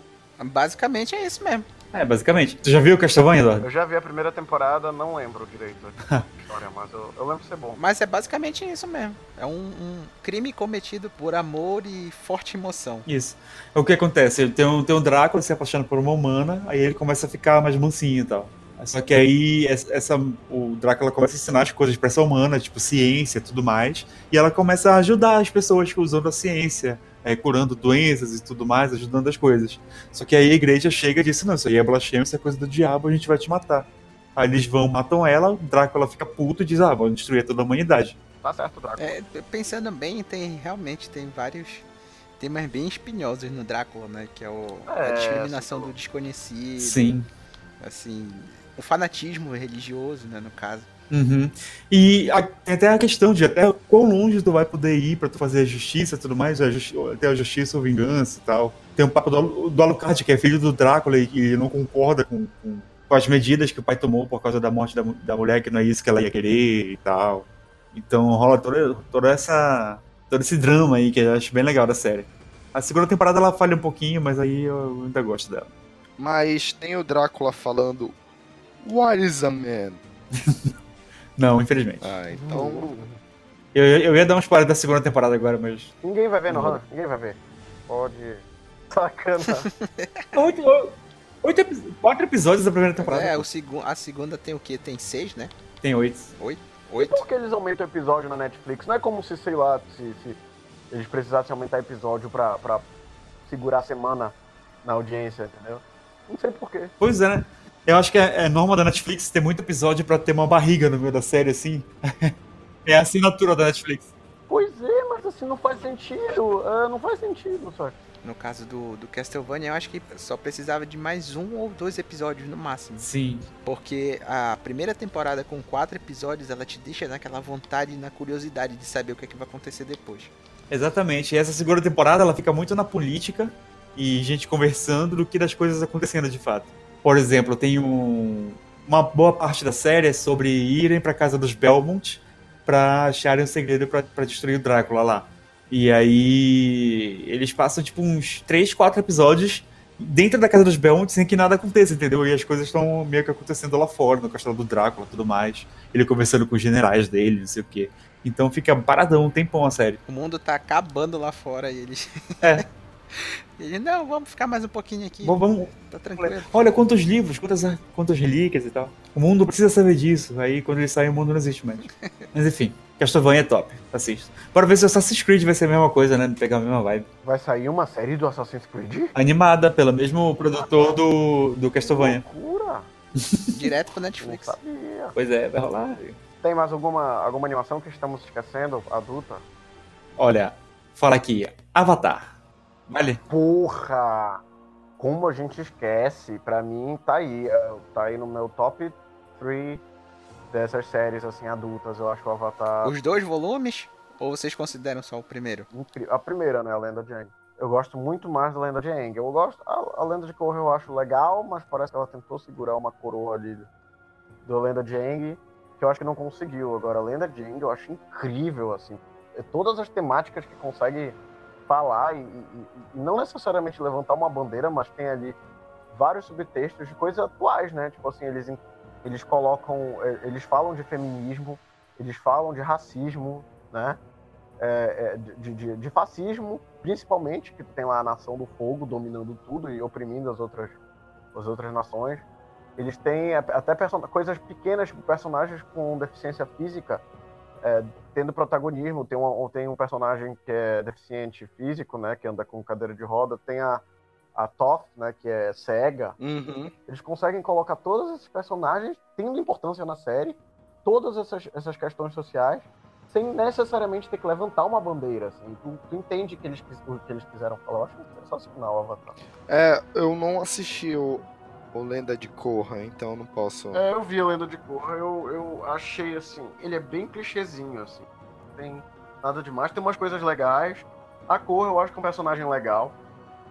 S3: Basicamente é isso mesmo.
S2: É, basicamente. Tu já viu o Castlevania, Eduardo?
S4: Eu já vi a primeira temporada, não lembro direito a história, mas eu, eu lembro de ser bom.
S3: Mas é basicamente isso mesmo. É um, um crime cometido por amor e forte emoção.
S2: Isso. É O que acontece? Ele tem um, tem um Drácula se apaixonando por uma humana, aí ele começa a ficar mais mansinho e tal. Só que aí essa, essa- o Drácula começa a ensinar as coisas pra essa humana, tipo ciência e tudo mais, e ela começa a ajudar as pessoas usando a ciência, é, curando doenças e tudo mais, ajudando as coisas. Só que aí a igreja chega e diz: não, isso aí é blasfêmia, isso é coisa do diabo, a gente vai te matar. Aí eles vão, matam ela, o Drácula fica puto e diz: ah, vão destruir toda a humanidade.
S4: Tá certo, Draco.
S3: É, pensando bem, tem realmente tem vários temas bem espinhosos no Drácula, né? Que é o, a
S4: É,
S3: discriminação
S4: assim,
S3: do desconhecido,
S2: Sim.
S3: assim, o fanatismo religioso, né? No caso.
S2: Uhum. E a- tem até a questão de até quão longe tu vai poder ir pra tu fazer a justiça e tudo mais, a justi- até a justiça ou vingança e tal. Tem um papo do, Alu- do Alucard, que é filho do Drácula e que não concorda com, com- com as medidas que o pai tomou por causa da morte da, mu- da mulher, que não é isso que ela ia querer e tal. Então rola toda, toda essa, todo esse drama aí que eu acho bem legal da série. A segunda temporada ela falha um pouquinho, mas aí eu ainda gosto dela.
S1: Mas tem o Drácula falando. What is a man?
S2: Não, infelizmente.
S1: Ah, então.
S2: Eu, eu ia dar uma spoiler da segunda temporada agora, mas
S4: Ninguém vai ver no Han, ninguém vai ver. Pode. Sacana.
S2: Oito, oito epi- quatro episódios da primeira temporada.
S3: É, o segu a segunda tem o quê? Tem seis, né?
S2: Tem oito.
S3: Oito?
S4: Por que eles aumentam o episódio na Netflix? Não é como se, sei lá, se, se eles precisassem aumentar episódio pra, pra segurar a semana na audiência, entendeu? Não sei porquê.
S2: Pois é, né? Eu acho que é, é norma da Netflix ter muito episódio pra ter uma barriga no meio da série, assim. é a assinatura da Netflix.
S4: Pois é, mas assim, não faz sentido. Ah, não faz sentido, só.
S3: No caso do, do Castlevania, eu acho que só precisava de mais um ou dois episódios no máximo.
S2: Sim.
S3: Porque a primeira temporada com quatro episódios, ela te deixa naquela vontade e na curiosidade de saber o que, é que vai acontecer depois.
S2: Exatamente. E essa segunda temporada, ela fica muito na política e gente conversando do que das coisas acontecendo de fato. Por exemplo, tem um, uma boa parte da série é sobre irem pra casa dos Belmont pra acharem o segredo pra pra destruir o Drácula lá. E aí eles passam tipo uns 3, 4 episódios dentro da casa dos Belmont sem que nada aconteça, entendeu? E as coisas estão meio que acontecendo lá fora, no castelo do Drácula, tudo mais. Ele conversando com os generais dele, não sei o quê. Então fica paradão um tempão a série.
S3: O mundo tá acabando lá fora e eles.
S2: É.
S3: eles, não, vamos ficar mais um pouquinho aqui.
S2: Bom, vamos,
S3: Tá tranquilo.
S2: Olha quantos livros, quantas, ah, quantas relíquias e tal. O mundo precisa saber disso. Aí quando ele sai, o mundo não existe mais. Mas enfim, Castlevania é top. Assista. Bora ver se o Assassin's Creed vai ser a mesma coisa, né? Pegar a mesma vibe.
S4: Vai sair uma série do Assassin's Creed?
S2: Animada pelo mesmo produtor do, do Castlevania.
S4: Loucura!
S3: Direto pro
S4: Não
S3: Netflix.
S4: sabia.
S2: Pois é, vai rolar.
S4: Tem mais alguma, alguma animação que estamos esquecendo, adulta?
S2: Olha, fala aqui. Avatar. Vale?
S4: Porra! Como a gente esquece, pra mim tá aí, eh, tá aí no meu top 3 dessas séries assim adultas, eu acho o Avatar
S3: Os dois volumes? Ou vocês consideram só o primeiro?
S4: incrível. A primeira, né, a Lenda de Aang. Eu gosto muito mais da Lenda de Aang. Eu gosto a, a Lenda de Korra eu acho legal, mas parece que ela tentou segurar uma coroa ali da Lenda de Aang, que eu acho que não conseguiu. Agora a Lenda de Aang eu acho incrível assim. É todas as temáticas que consegue falar e, e- e não necessariamente levantar uma bandeira, mas tem ali vários subtextos de coisas atuais, né? Tipo assim, eles, en- eles colocam, eh, eles falam de feminismo, eles falam de racismo, né? É, é, de, de- de fascismo, principalmente, que tu tem lá a Nação do Fogo dominando tudo e oprimindo as outras, as outras nações. Eles têm a- até person- coisas pequenas, tipo, personagens com deficiência física é, tendo protagonismo. Tem um, tem um personagem que é deficiente físico, né, que anda com cadeira de roda. Tem a, a Toph, né, que é cega.
S2: Hum.
S1: Uhum.
S4: Eles conseguem colocar todos esses personagens tendo importância na série, todas essas, essas questões sociais, sem necessariamente ter que levantar uma bandeira. Assim. Tu, tu entende que eles, quis- o que eles quiseram falar. Eu acho sensacional o Avatar.
S1: É, eu não assisti o, o Lenda de Korra, então não posso.
S4: É, eu vi a Lenda de Korra, eu, eu achei assim, ele é bem clichêzinho, assim. Tem nada demais, tem umas coisas legais, A Cor, eu acho que é um personagem legal.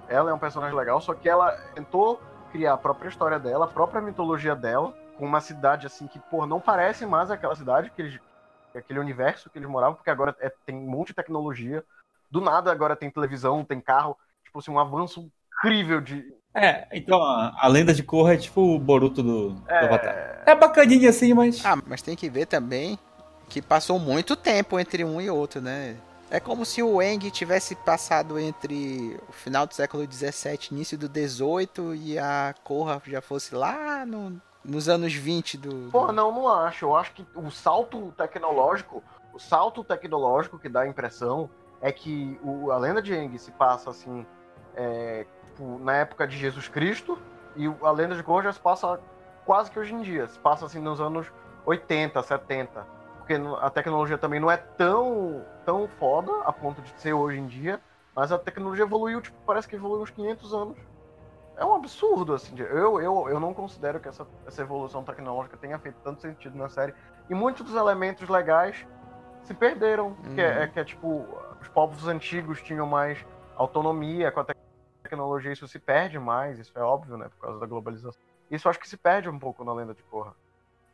S4: Ela é um personagem legal, só que ela tentou criar a própria história dela, a própria mitologia dela, com uma cidade assim que, pô, não parece mais aquela cidade que eles. aquele universo que eles moravam, porque agora é- tem um monte de tecnologia. Do nada agora tem televisão, tem carro. Tipo assim, um avanço incrível de.
S2: É, então a, a lenda de Korra é tipo o Boruto do, do Avatar.
S4: É,
S2: É bacaninha assim, mas.
S3: Ah, mas tem que ver também que passou muito tempo entre um e outro, né? É como se o Eng tivesse passado entre o final do século XVII, início do XVIII e a Corra já fosse lá no- nos anos 20 do.
S4: Pô,
S3: do...
S4: não, não acho. Eu acho que o salto tecnológico, o salto tecnológico que dá a impressão é que o, a lenda de Aang se passa assim é, tipo, na época de Jesus Cristo e o- a lenda de Korra já se passa quase que hoje em dia. Se passa assim nos anos 80, 70. Porque no- a tecnologia também não é tão, tão foda a ponto de ser hoje em dia, mas a tecnologia evoluiu, tipo, parece que evoluiu uns 500 anos. É um absurdo, assim. de- Eu, eu, eu não considero que essa, essa evolução tecnológica tenha feito tanto sentido na série. E muitos dos elementos legais se perderam. Que, é, que é tipo, os povos antigos tinham mais autonomia com a tec- tecnologia, isso se perde mais, isso é óbvio, né? Por causa da globalização. Isso eu acho que se perde um pouco na lenda de Korra.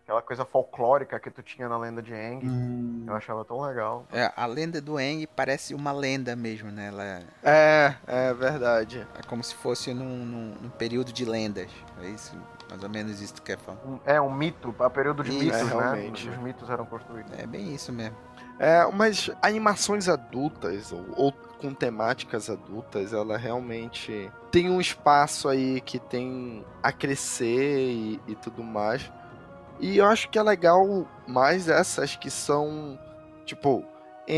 S4: Aquela coisa folclórica que tu tinha na lenda de Aang,
S2: Hum,
S4: eu achava tão legal.
S3: É, a lenda do Eng parece uma lenda mesmo, né? Ela é-
S1: É, é verdade.
S3: é como se fosse num, num- num período de lendas. É isso, mais ou menos isso que tu quer falar.
S4: Um- é um mito, a período de
S3: Isso,
S4: mitos,
S1: é,
S4: né?
S1: realmente.
S4: Os mitos eram construídos.
S3: É bem isso mesmo.
S1: É, mas animações adultas ou, ou com temáticas adultas, ela realmente tem um espaço aí que tem a crescer e, e tudo mais. E eu acho que é legal mais essas que são tipo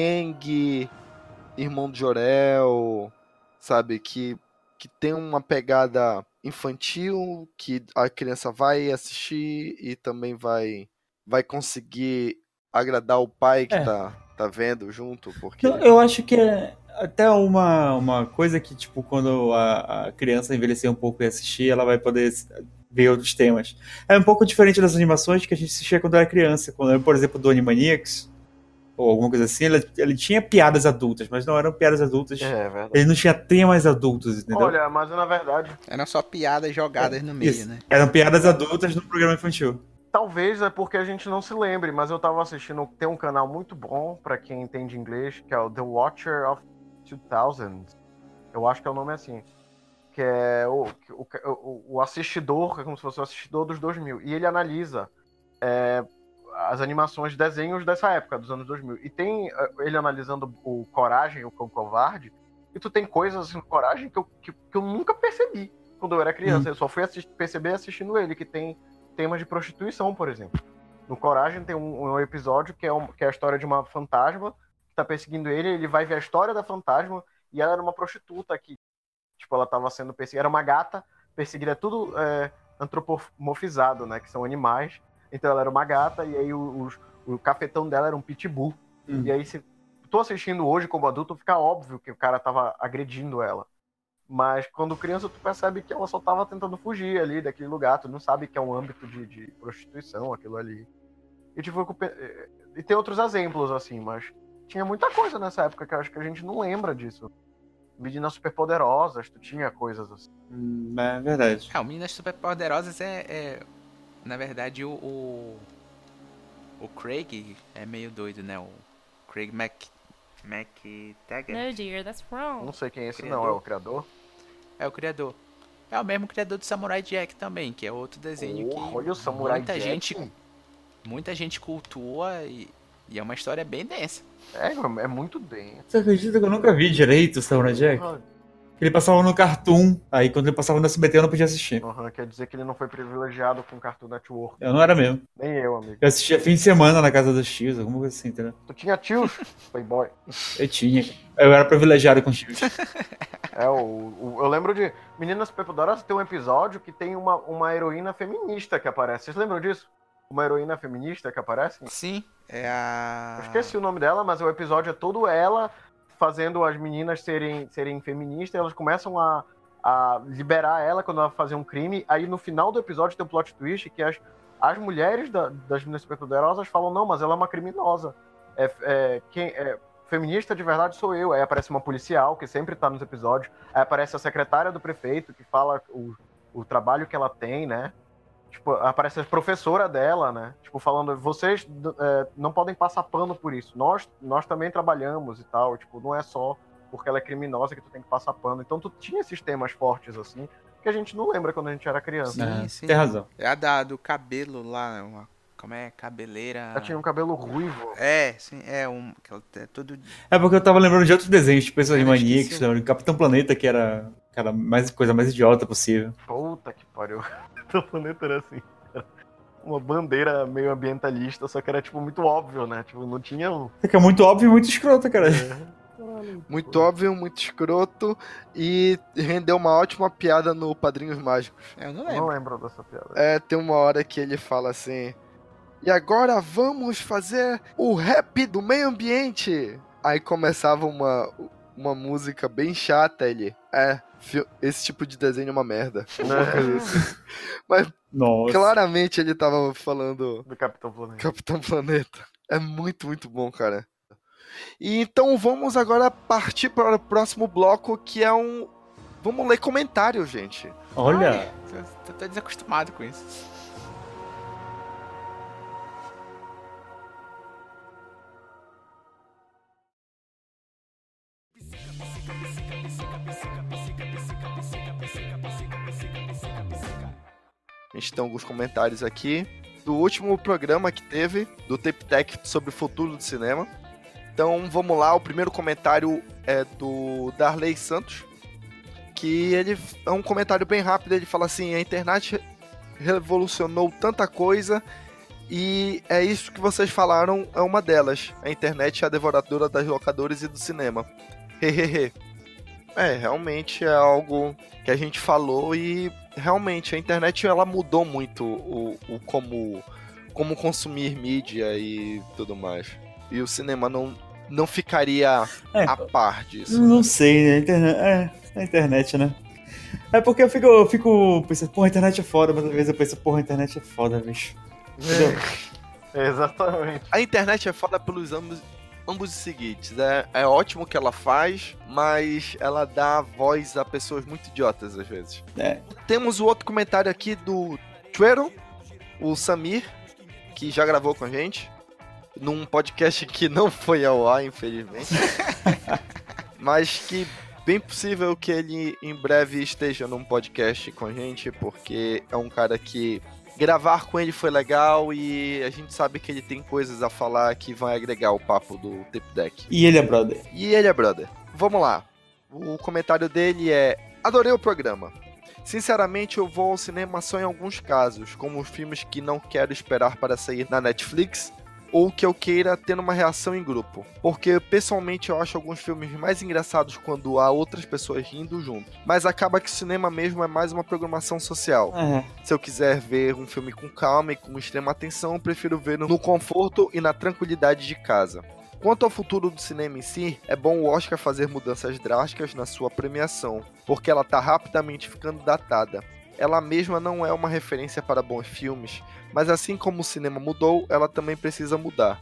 S1: Eng, Irmão de Jorel, sabe que que tem uma pegada infantil que a criança vai assistir e também vai vai conseguir agradar o pai que
S2: É.
S1: tá, tá vendo junto, porque.
S2: Eu, eu acho que é até uma, uma coisa que, tipo, quando a, a criança envelhecer um pouco e assistir, ela vai poder s- ver outros temas. É um pouco diferente das animações que a gente assistia quando era criança. Quando eu, por exemplo, do Animaniacs, ou alguma coisa assim, ele, ele tinha piadas adultas, mas não eram piadas adultas.
S4: É verdade.
S2: Ele não tinha temas adultos, entendeu?
S4: Olha, mas na verdade,
S3: Eram só piadas jogadas no meio,
S2: Isso.
S3: né?
S2: Eram piadas adultas no programa infantil.
S4: talvez é porque a gente não se lembre, mas eu tava assistindo, tem um canal muito bom pra quem entende inglês, que é o The Watcher of 2000. Eu acho que é o nome assim. Que é o, que- o, o, o assistidor, que é como se fosse o assistidor dos 2000. E ele analisa é, as animações, desenhos dessa época, dos anos 2000. E tem eh, ele analisando o Coragem, o Cão Covarde, e tu tem coisas assim, no Coragem que eu, que, que eu nunca percebi quando eu era criança. Eu só fui assistir, perceber assistindo ele, que tem temas de prostituição, por exemplo. No Coragem tem um, um episódio que é, um- que é a história de uma fantasma que tá perseguindo ele, ele vai ver a história da fantasma e ela era uma prostituta que, tipo, ela tava sendo perseguida, era uma gata perseguida, é tudo é, antropomorfizado, né, que são animais. Então ela era uma gata e aí o, o, o cafetão dela era um pitbull.
S2: Hum.
S4: E aí se tô assistindo hoje como adulto, fica óbvio que o cara tava agredindo ela. Mas quando criança tu percebe que ela só tava tentando fugir ali daquele lugar, tu não sabe que é um âmbito de, de prostituição aquilo ali. E tipo, eu pe- eh, e tem outros exemplos assim, mas tinha muita coisa nessa época que eu acho que a gente não lembra disso. Meninas superpoderosas, tu tinha coisas assim.
S2: Hum, é verdade.
S3: Ah, o Meninas Superpoderosas é, é. Na verdade, o. O, o Craig é meio doido, né? O Craig Mac. Mac.
S7: No, dear, that's wrong.
S3: Hum,
S4: Não sei quem é esse não,
S3: Criador.
S4: é o criador?
S3: É o criador. É o mesmo criador do Samurai Jack também, que é outro desenho
S4: Porra,
S3: que
S4: olha o Samurai
S3: muita
S4: Jack.
S3: gente muita gente cultua e, e é uma história bem densa.
S4: É, é muito bem.
S2: Você acredita que eu nunca vi direito o Samurai Jack?
S4: Porra,
S2: Ele passava no Cartoon, aí quando ele passava no SBT eu não podia assistir.
S4: Aham, quer dizer que ele não foi privilegiado com Cartoon Network.
S2: Eu não era mesmo.
S4: Nem eu, amigo.
S2: Eu assistia fim de semana na casa dos tios, alguma coisa assim, entendeu?
S4: Tu tinha tios, Playboy.
S2: Eu tinha. Eu era privilegiado com tios.
S4: É, o, o- eu lembro de Meninas Superpoderosas tem um episódio que tem uma, uma heroína feminista que aparece. Vocês lembram disso? Uma heroína feminista que aparece?
S3: Sim, é
S4: Eu
S3: a
S4: esqueci o nome dela, mas o episódio é todo ela fazendo as meninas serem, serem feministas. Elas começam a, a liberar ela quando ela fazer um crime. Aí no final do episódio tem um plot twist que as, as mulheres da- das meninas superpoderosas falam: não, mas ela é uma criminosa. É, é, quem, é, feminista de verdade sou eu. Aí aparece uma policial que sempre tá nos episódios. Aí aparece a secretária do prefeito que fala o, o trabalho que ela tem, né? Tipo, aparece a professora dela, né? Tipo, falando, vocês d- é, não podem passar pano por isso. Nós, nós também trabalhamos e tal. Tipo, não é só porque ela é criminosa que tu tem que passar pano. Então tu tinha esses temas fortes, assim, que a gente não lembra quando a gente era criança.
S3: Sim,
S2: É,
S3: sim.
S2: Tem razão.
S3: É a da, do cabelo lá, uma, como é? Cabeleira.
S4: Ela tinha um cabelo ruivo.
S3: É, sim, é um. que ela é todo.
S2: É porque eu tava lembrando de outros desenhos, tipo esses
S3: Cara, eu
S2: Maníacos,
S3: esqueci.
S2: lembro do Capitão Planeta, que era, cara, mais coisa mais idiota possível.
S4: Puta que pariu. Teu planeta era assim, cara. Uma bandeira meio ambientalista, só que era, tipo, muito óbvio, né? Tipo, não tinha um.
S2: É que é muito óbvio e muito escroto, cara.
S1: Muito óbvio, muito escroto e rendeu uma ótima piada no Padrinhos Mágicos.
S3: Eu não
S4: Não
S3: lembro.
S4: lembro dessa piada.
S1: É, tem uma hora que ele fala assim: E agora vamos fazer o rap do meio ambiente. Aí começava uma, uma música bem chata. Ele é, fi- esse tipo de desenho é uma merda. Alguma
S4: É,
S1: coisa assim.
S2: Nossa.
S1: Claramente ele tava falando
S4: Do Capitão Planeta.
S1: Capitão Planeta. É muito, muito bom, cara. E então vamos agora partir para o próximo bloco que é um. Vamos ler comentário, gente.
S2: Olha.
S3: Ai, tô, tô desacostumado com isso.
S1: A gente tem alguns comentários aqui do último programa que teve, do Tape Tech sobre o futuro do cinema. Então vamos lá, o primeiro comentário é do Darley Santos, que ele é um comentário bem rápido, ele fala assim, a internet revolucionou tanta coisa e é isso que vocês falaram, é uma delas. A internet é a devoradora das locadoras e do cinema. Hehehe. É, realmente é algo que a gente falou e realmente a internet ela mudou muito o, o como como consumir mídia e tudo mais. E o cinema não não ficaria
S2: É.
S1: a par disso.
S2: Eu Não sei, né? Internet, é, é a internet, né? É porque eu fico, eu fico pensando, porra, a internet é foda, mas às vezes eu penso, porra, a internet é foda, bicho. Entendeu?
S4: Exatamente.
S1: A internet é foda pelos ambos, ambos os seguintes. É, é ótimo que ela faz, mas ela dá voz a pessoas muito idiotas às vezes.
S2: É.
S1: Temos o outro comentário aqui do Twero, o Samir, que já gravou com a gente, num podcast que não foi ao ar, infelizmente. mas que bem possível que ele em breve esteja num podcast com a gente, porque é um cara que gravar com ele foi legal e a gente sabe que ele tem coisas a falar que vai agregar o papo do Tip Deck.
S2: E ele é brother.
S1: E ele é brother. Vamos lá. O comentário dele é: Adorei o programa. Sinceramente, eu vou ao cinema só em alguns casos, como os filmes que não quero esperar para sair na Netflix ou que eu queira ter uma reação em grupo, porque pessoalmente eu acho alguns filmes mais engraçados quando há outras pessoas rindo junto. Mas acaba que o cinema mesmo é mais uma programação social.
S2: É.
S1: Se eu quiser ver um filme com calma e com extrema atenção, eu prefiro ver no conforto e na tranquilidade de casa. Quanto ao futuro do cinema em si, é bom o Oscar fazer mudanças drásticas na sua premiação, porque ela tá rapidamente ficando datada. Ela mesma não é uma referência para bons filmes, mas assim como o cinema mudou, ela também precisa mudar.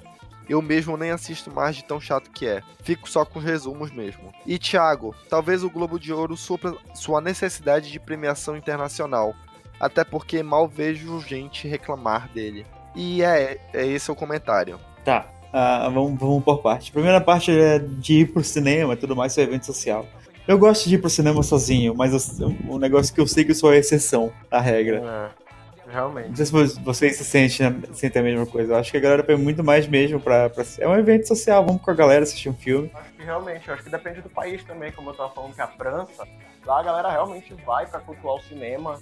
S1: Eu mesmo nem assisto mais de tão chato que é. Fico só com os resumos mesmo. E Thiago, talvez o Globo de Ouro supla sua necessidade de premiação internacional. Até porque mal vejo gente reclamar dele. E é, é esse o comentário.
S2: Tá, ah, vamos, vamos por parte. Primeira parte é de ir pro cinema e tudo mais, isso é evento social. Eu gosto de ir pro cinema sozinho, mas eu- um negócio que eu sei que eu sou a exceção à regra.
S4: É. Realmente.
S2: Não sei se vo- vocês se sentem, né, sentem a mesma coisa. Eu acho que a galera põe muito mais mesmo pra, pra- É um evento social, vamos com a galera assistir um filme.
S4: Acho que realmente, acho que depende do país também, como eu tava falando que a França, lá a galera realmente vai pra cultuar o cinema.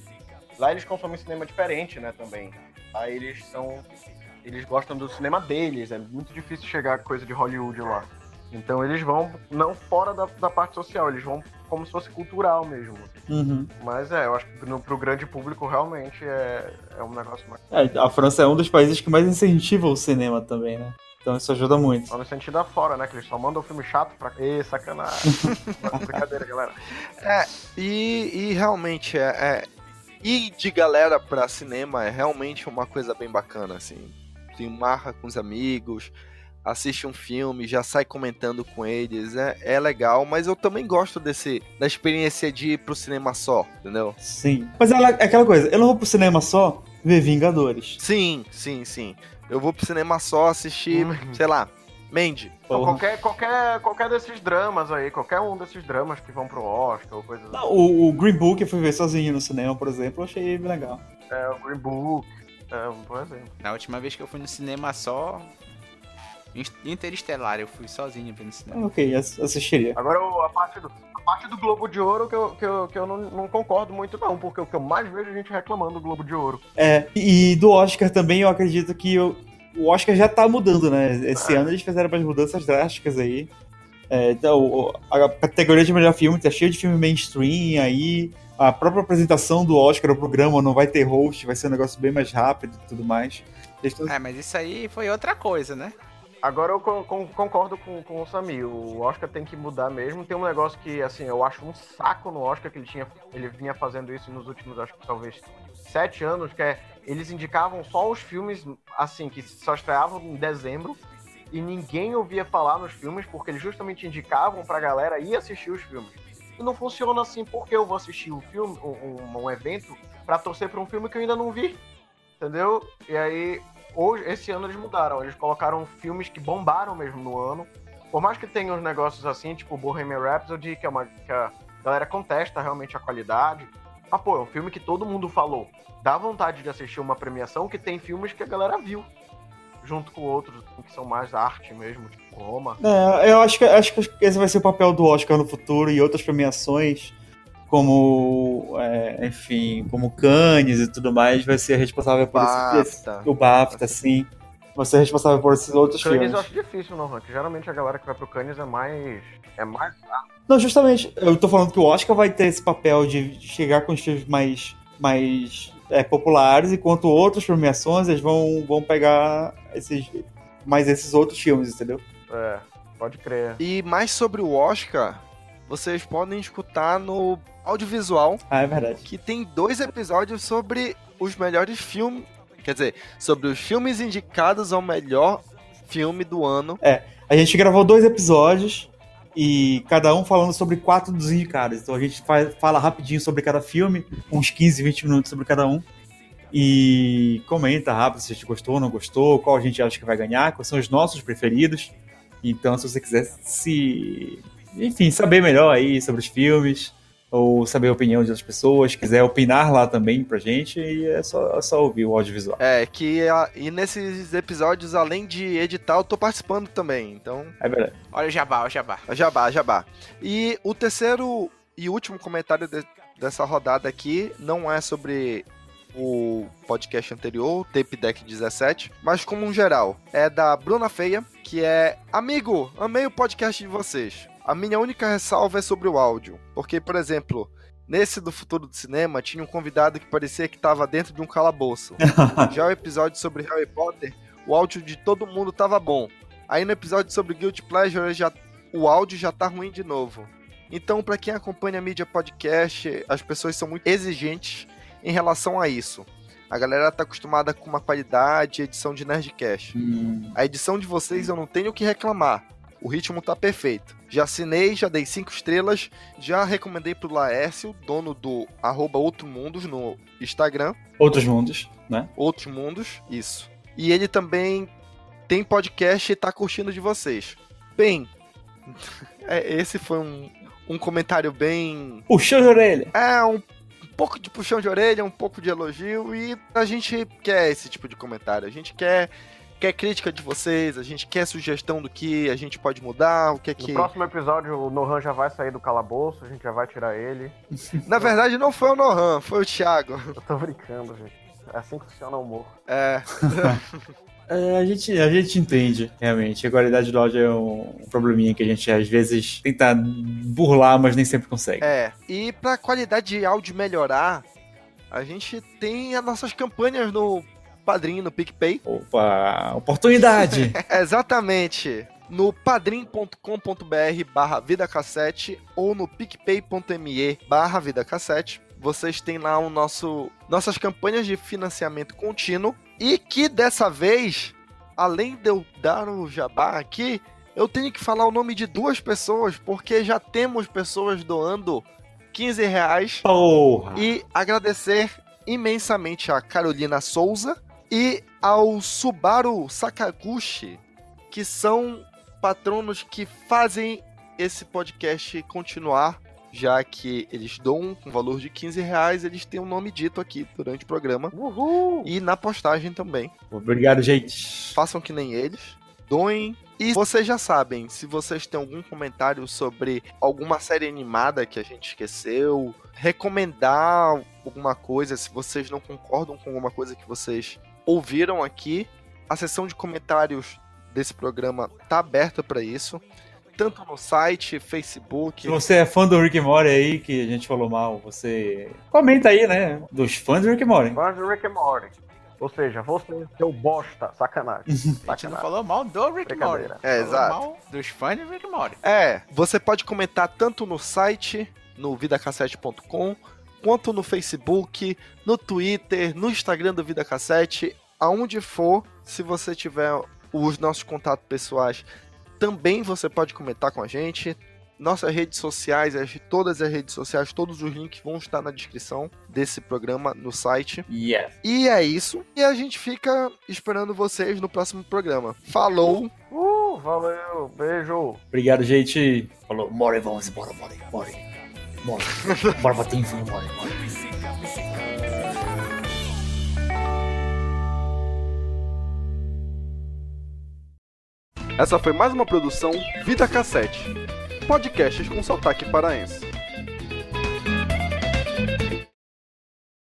S4: Lá eles consomem cinema diferente, né, também. Lá eles são. Eles gostam do cinema deles, é muito difícil chegar a coisa de Hollywood lá. Então eles vão, não fora da, da parte social, eles vão como se fosse cultural mesmo.
S2: Uhum.
S4: Mas é, eu acho que no, pro grande público realmente é, é um negócio mais.
S2: É, a França é um dos países que mais incentiva o cinema também, né? Então isso ajuda muito.
S4: Só no sentido afora, né? Que eles só mandam um filme chato pra. Ê, sacanagem. Brincadeira, galera.
S1: E, e realmente, é, é- ir de galera pra cinema é realmente uma coisa bem bacana, assim. Se marra com os amigos, assiste um filme, já sai comentando com eles, é, é legal, mas eu também gosto desse da experiência de ir pro cinema só, entendeu?
S2: Sim. Mas ela- é aquela coisa, eu não vou pro cinema só ver Vingadores.
S1: Sim, sim, sim. Eu vou pro cinema só assistir, sei lá, Mandy.
S4: Então,
S2: Porra.
S4: qualquer, qualquer, qualquer desses dramas aí, qualquer um desses dramas que vão pro Oscar ou coisas assim.
S2: Não, O, o Green Book eu fui ver sozinho no cinema, por exemplo, eu achei legal.
S4: É, o Green Book, é, um bom exemplo.
S3: Na última vez que eu fui no cinema só. in- Interestelar, eu fui sozinho ver no cinema.
S2: Ok, ass- assistiria.
S4: Agora, o- a parte do, a parte do Globo de Ouro que eu, que eu, que eu não, não concordo muito, não, porque o que eu mais vejo é gente reclamando do Globo de Ouro.
S2: É, e do Oscar também, eu acredito que o- o Oscar já tá mudando, né? Esse ano eles fizeram umas mudanças drásticas aí. É, então, o- a categoria de melhor filme tá cheia de filme mainstream aí. A própria apresentação do Oscar, o programa não vai ter host, vai ser um negócio bem mais rápido e tudo mais. Eles tão-
S3: É, mas isso aí foi outra coisa, né?
S4: Agora eu con- con- concordo com, com o Samir, o Oscar tem que mudar mesmo. Tem um negócio que, assim, eu acho um saco no Oscar que ele tinha. Ele vinha fazendo isso nos últimos, acho que talvez, sete anos, que é. Eles indicavam só os filmes, assim, que só estreavam em dezembro. E ninguém ouvia falar nos filmes, porque eles justamente indicavam pra galera ir assistir os filmes. E não funciona assim, porque eu vou assistir um filme, um, um- um evento, pra torcer pra um filme que eu ainda não vi. Entendeu? E aí, hoje, esse ano eles mudaram. Eles colocaram filmes que bombaram mesmo no ano. Por mais que tenha uns negócios assim, tipo Bohemian Rhapsody, que é uma que a galera contesta realmente a qualidade. Ah, pô, é um filme que todo mundo falou. Dá vontade de assistir uma premiação que tem filmes que a galera viu. Junto com outros que são mais arte mesmo, tipo Roma.
S2: É, eu acho que, acho que esse vai ser o papel do Oscar no futuro e outras premiações, como, é, enfim, como Cannes e tudo mais, vai ser responsável por esse,
S1: Basta.
S2: o BAFTA, assim, vai ser responsável por esses outros
S4: Cannes eu
S2: filmes.
S4: acho difícil no ranking. Geralmente a galera que vai pro Cannes é mais. É mais.
S2: Não, justamente, eu tô falando que o Oscar vai ter esse papel de chegar com os filmes mais, mais é, populares, enquanto outras premiações eles vão, vão pegar esses, mais esses outros filmes, entendeu?
S4: É, pode crer.
S1: E mais sobre o Oscar, vocês podem escutar no audiovisual,
S2: Ah, é verdade.
S1: que tem dois episódios sobre os melhores filmes. Quer dizer, sobre os filmes indicados ao melhor filme do ano.
S2: A gente gravou dois episódios e cada um falando sobre quatro dos indicados. Então a gente fa- fala rapidinho sobre cada filme, uns 15, 20 minutos sobre cada um. E comenta rápido se a gente gostou ou não gostou, qual a gente acha que vai ganhar, quais são os nossos preferidos. Então, se você quiser se. Enfim, saber melhor aí sobre os filmes, ou saber a opinião de outras pessoas, quiser opinar lá também pra gente, e é só, é só ouvir o audiovisual.
S1: É, que a- e nesses episódios, além de editar, eu tô participando também. Então,
S2: É verdade.
S3: Olha o jabá, olha o jabá.
S1: É Jabá, jabá. E o terceiro e último comentário de- dessa rodada aqui não é sobre o podcast anterior, o Tape Deck 17, mas como um geral. É da Bruna Feia, que é Amigo, amei o podcast de vocês. A minha única ressalva é sobre o áudio. Porque, por exemplo, nesse do futuro do cinema tinha um convidado que parecia que estava dentro de um calabouço. Já o episódio sobre Harry Potter, o áudio de todo mundo tava bom. Aí no episódio sobre Guilty Pleasure eu já o áudio já tá ruim de novo. Então, pra quem acompanha a mídia podcast, as pessoas são muito exigentes em relação a isso. A galera tá acostumada com uma qualidade e edição de Nerdcast. A edição de vocês eu não tenho o que reclamar. O ritmo tá perfeito. Já assinei, já dei cinco estrelas, já recomendei pro Laércio, dono do arroba Outro Mundos no Instagram.
S2: Outros mundos, né?
S1: Outros Mundos, isso. E ele também tem podcast e tá curtindo de vocês. Bem, é, esse foi um, um comentário bem.
S2: Puxou de orelha.
S1: É, um, pouco de puxão de orelha, um pouco de elogio, e a gente quer esse tipo de comentário. A gente quer, quer crítica de vocês, a gente quer sugestão do que a gente pode mudar, o que é
S4: No
S1: que.
S4: próximo episódio, o Nohan já vai sair do calabouço, a gente já vai tirar ele.
S1: Na verdade, não foi o Nohan, foi o Thiago.
S4: Eu tô brincando, gente. É assim que funciona o humor.
S1: É,
S2: É, a, gente, a gente entende, realmente. A qualidade do áudio é um probleminha que a gente às vezes tenta burlar, mas nem sempre consegue.
S1: é. E pra qualidade de áudio melhorar, a gente tem as nossas campanhas no Padrinho, no PicPay.
S2: Opa, oportunidade!
S1: Exatamente. No padrim.com.br barra vidacassete ou no picpay.me barra vidacassete. Vocês têm lá o nosso, nossas campanhas de financiamento contínuo e que dessa vez além de eu dar o jabá aqui, eu tenho que falar o nome de duas pessoas, porque já temos pessoas doando 15 reais.
S2: Porra!
S1: E agradecer imensamente a Carolina Souza e ao Subaru Sakaguchi, que são patronos que fazem esse podcast continuar, já que eles dão um valor de 15 reais, eles têm o nome dito aqui durante o programa
S4: Uhul!
S1: e na postagem também.
S2: Obrigado, gente.
S1: façam que nem eles, doem. E vocês já sabem, se vocês têm algum comentário sobre alguma série animada que a gente esqueceu, recomendar alguma coisa, se vocês não concordam com alguma coisa que vocês ouviram aqui, a seção de comentários desse programa tá aberta para isso, tanto no site, Facebook,
S2: Se você é fã do Rick and Morty aí, que a gente falou mal, você comenta aí, né? Dos fãs do Rick and Morty.
S4: Fãs do Rick and Morty. Ou seja, você, seu bosta, sacanagem.
S3: A gente não
S4: sacanagem.
S3: falou mal do Rick Morty.
S4: Brincadeira.
S1: É,
S3: Falou
S1: exato.
S3: mal dos fãs do Rick Morty.
S1: É, você pode comentar tanto no site, no vidacassete.com, quanto no Facebook, no Twitter, no Instagram do Vida Cassete, aonde for, se você tiver os nossos contatos pessoais, também você pode comentar com a gente. Nossas redes sociais, as- todas as redes sociais, todos os links vão estar na descrição desse programa no site.
S2: Yes.
S1: E é isso. E a gente fica esperando vocês no próximo programa. Falou!
S4: Uh, valeu, beijo.
S2: Obrigado, gente. Falou. Morty, vamos embora, Morty. Morty. Morty. Bora bater em fim, Morty. Morty.
S1: Essa foi mais uma produção Vida Cassete, podcasts com sotaque paraense.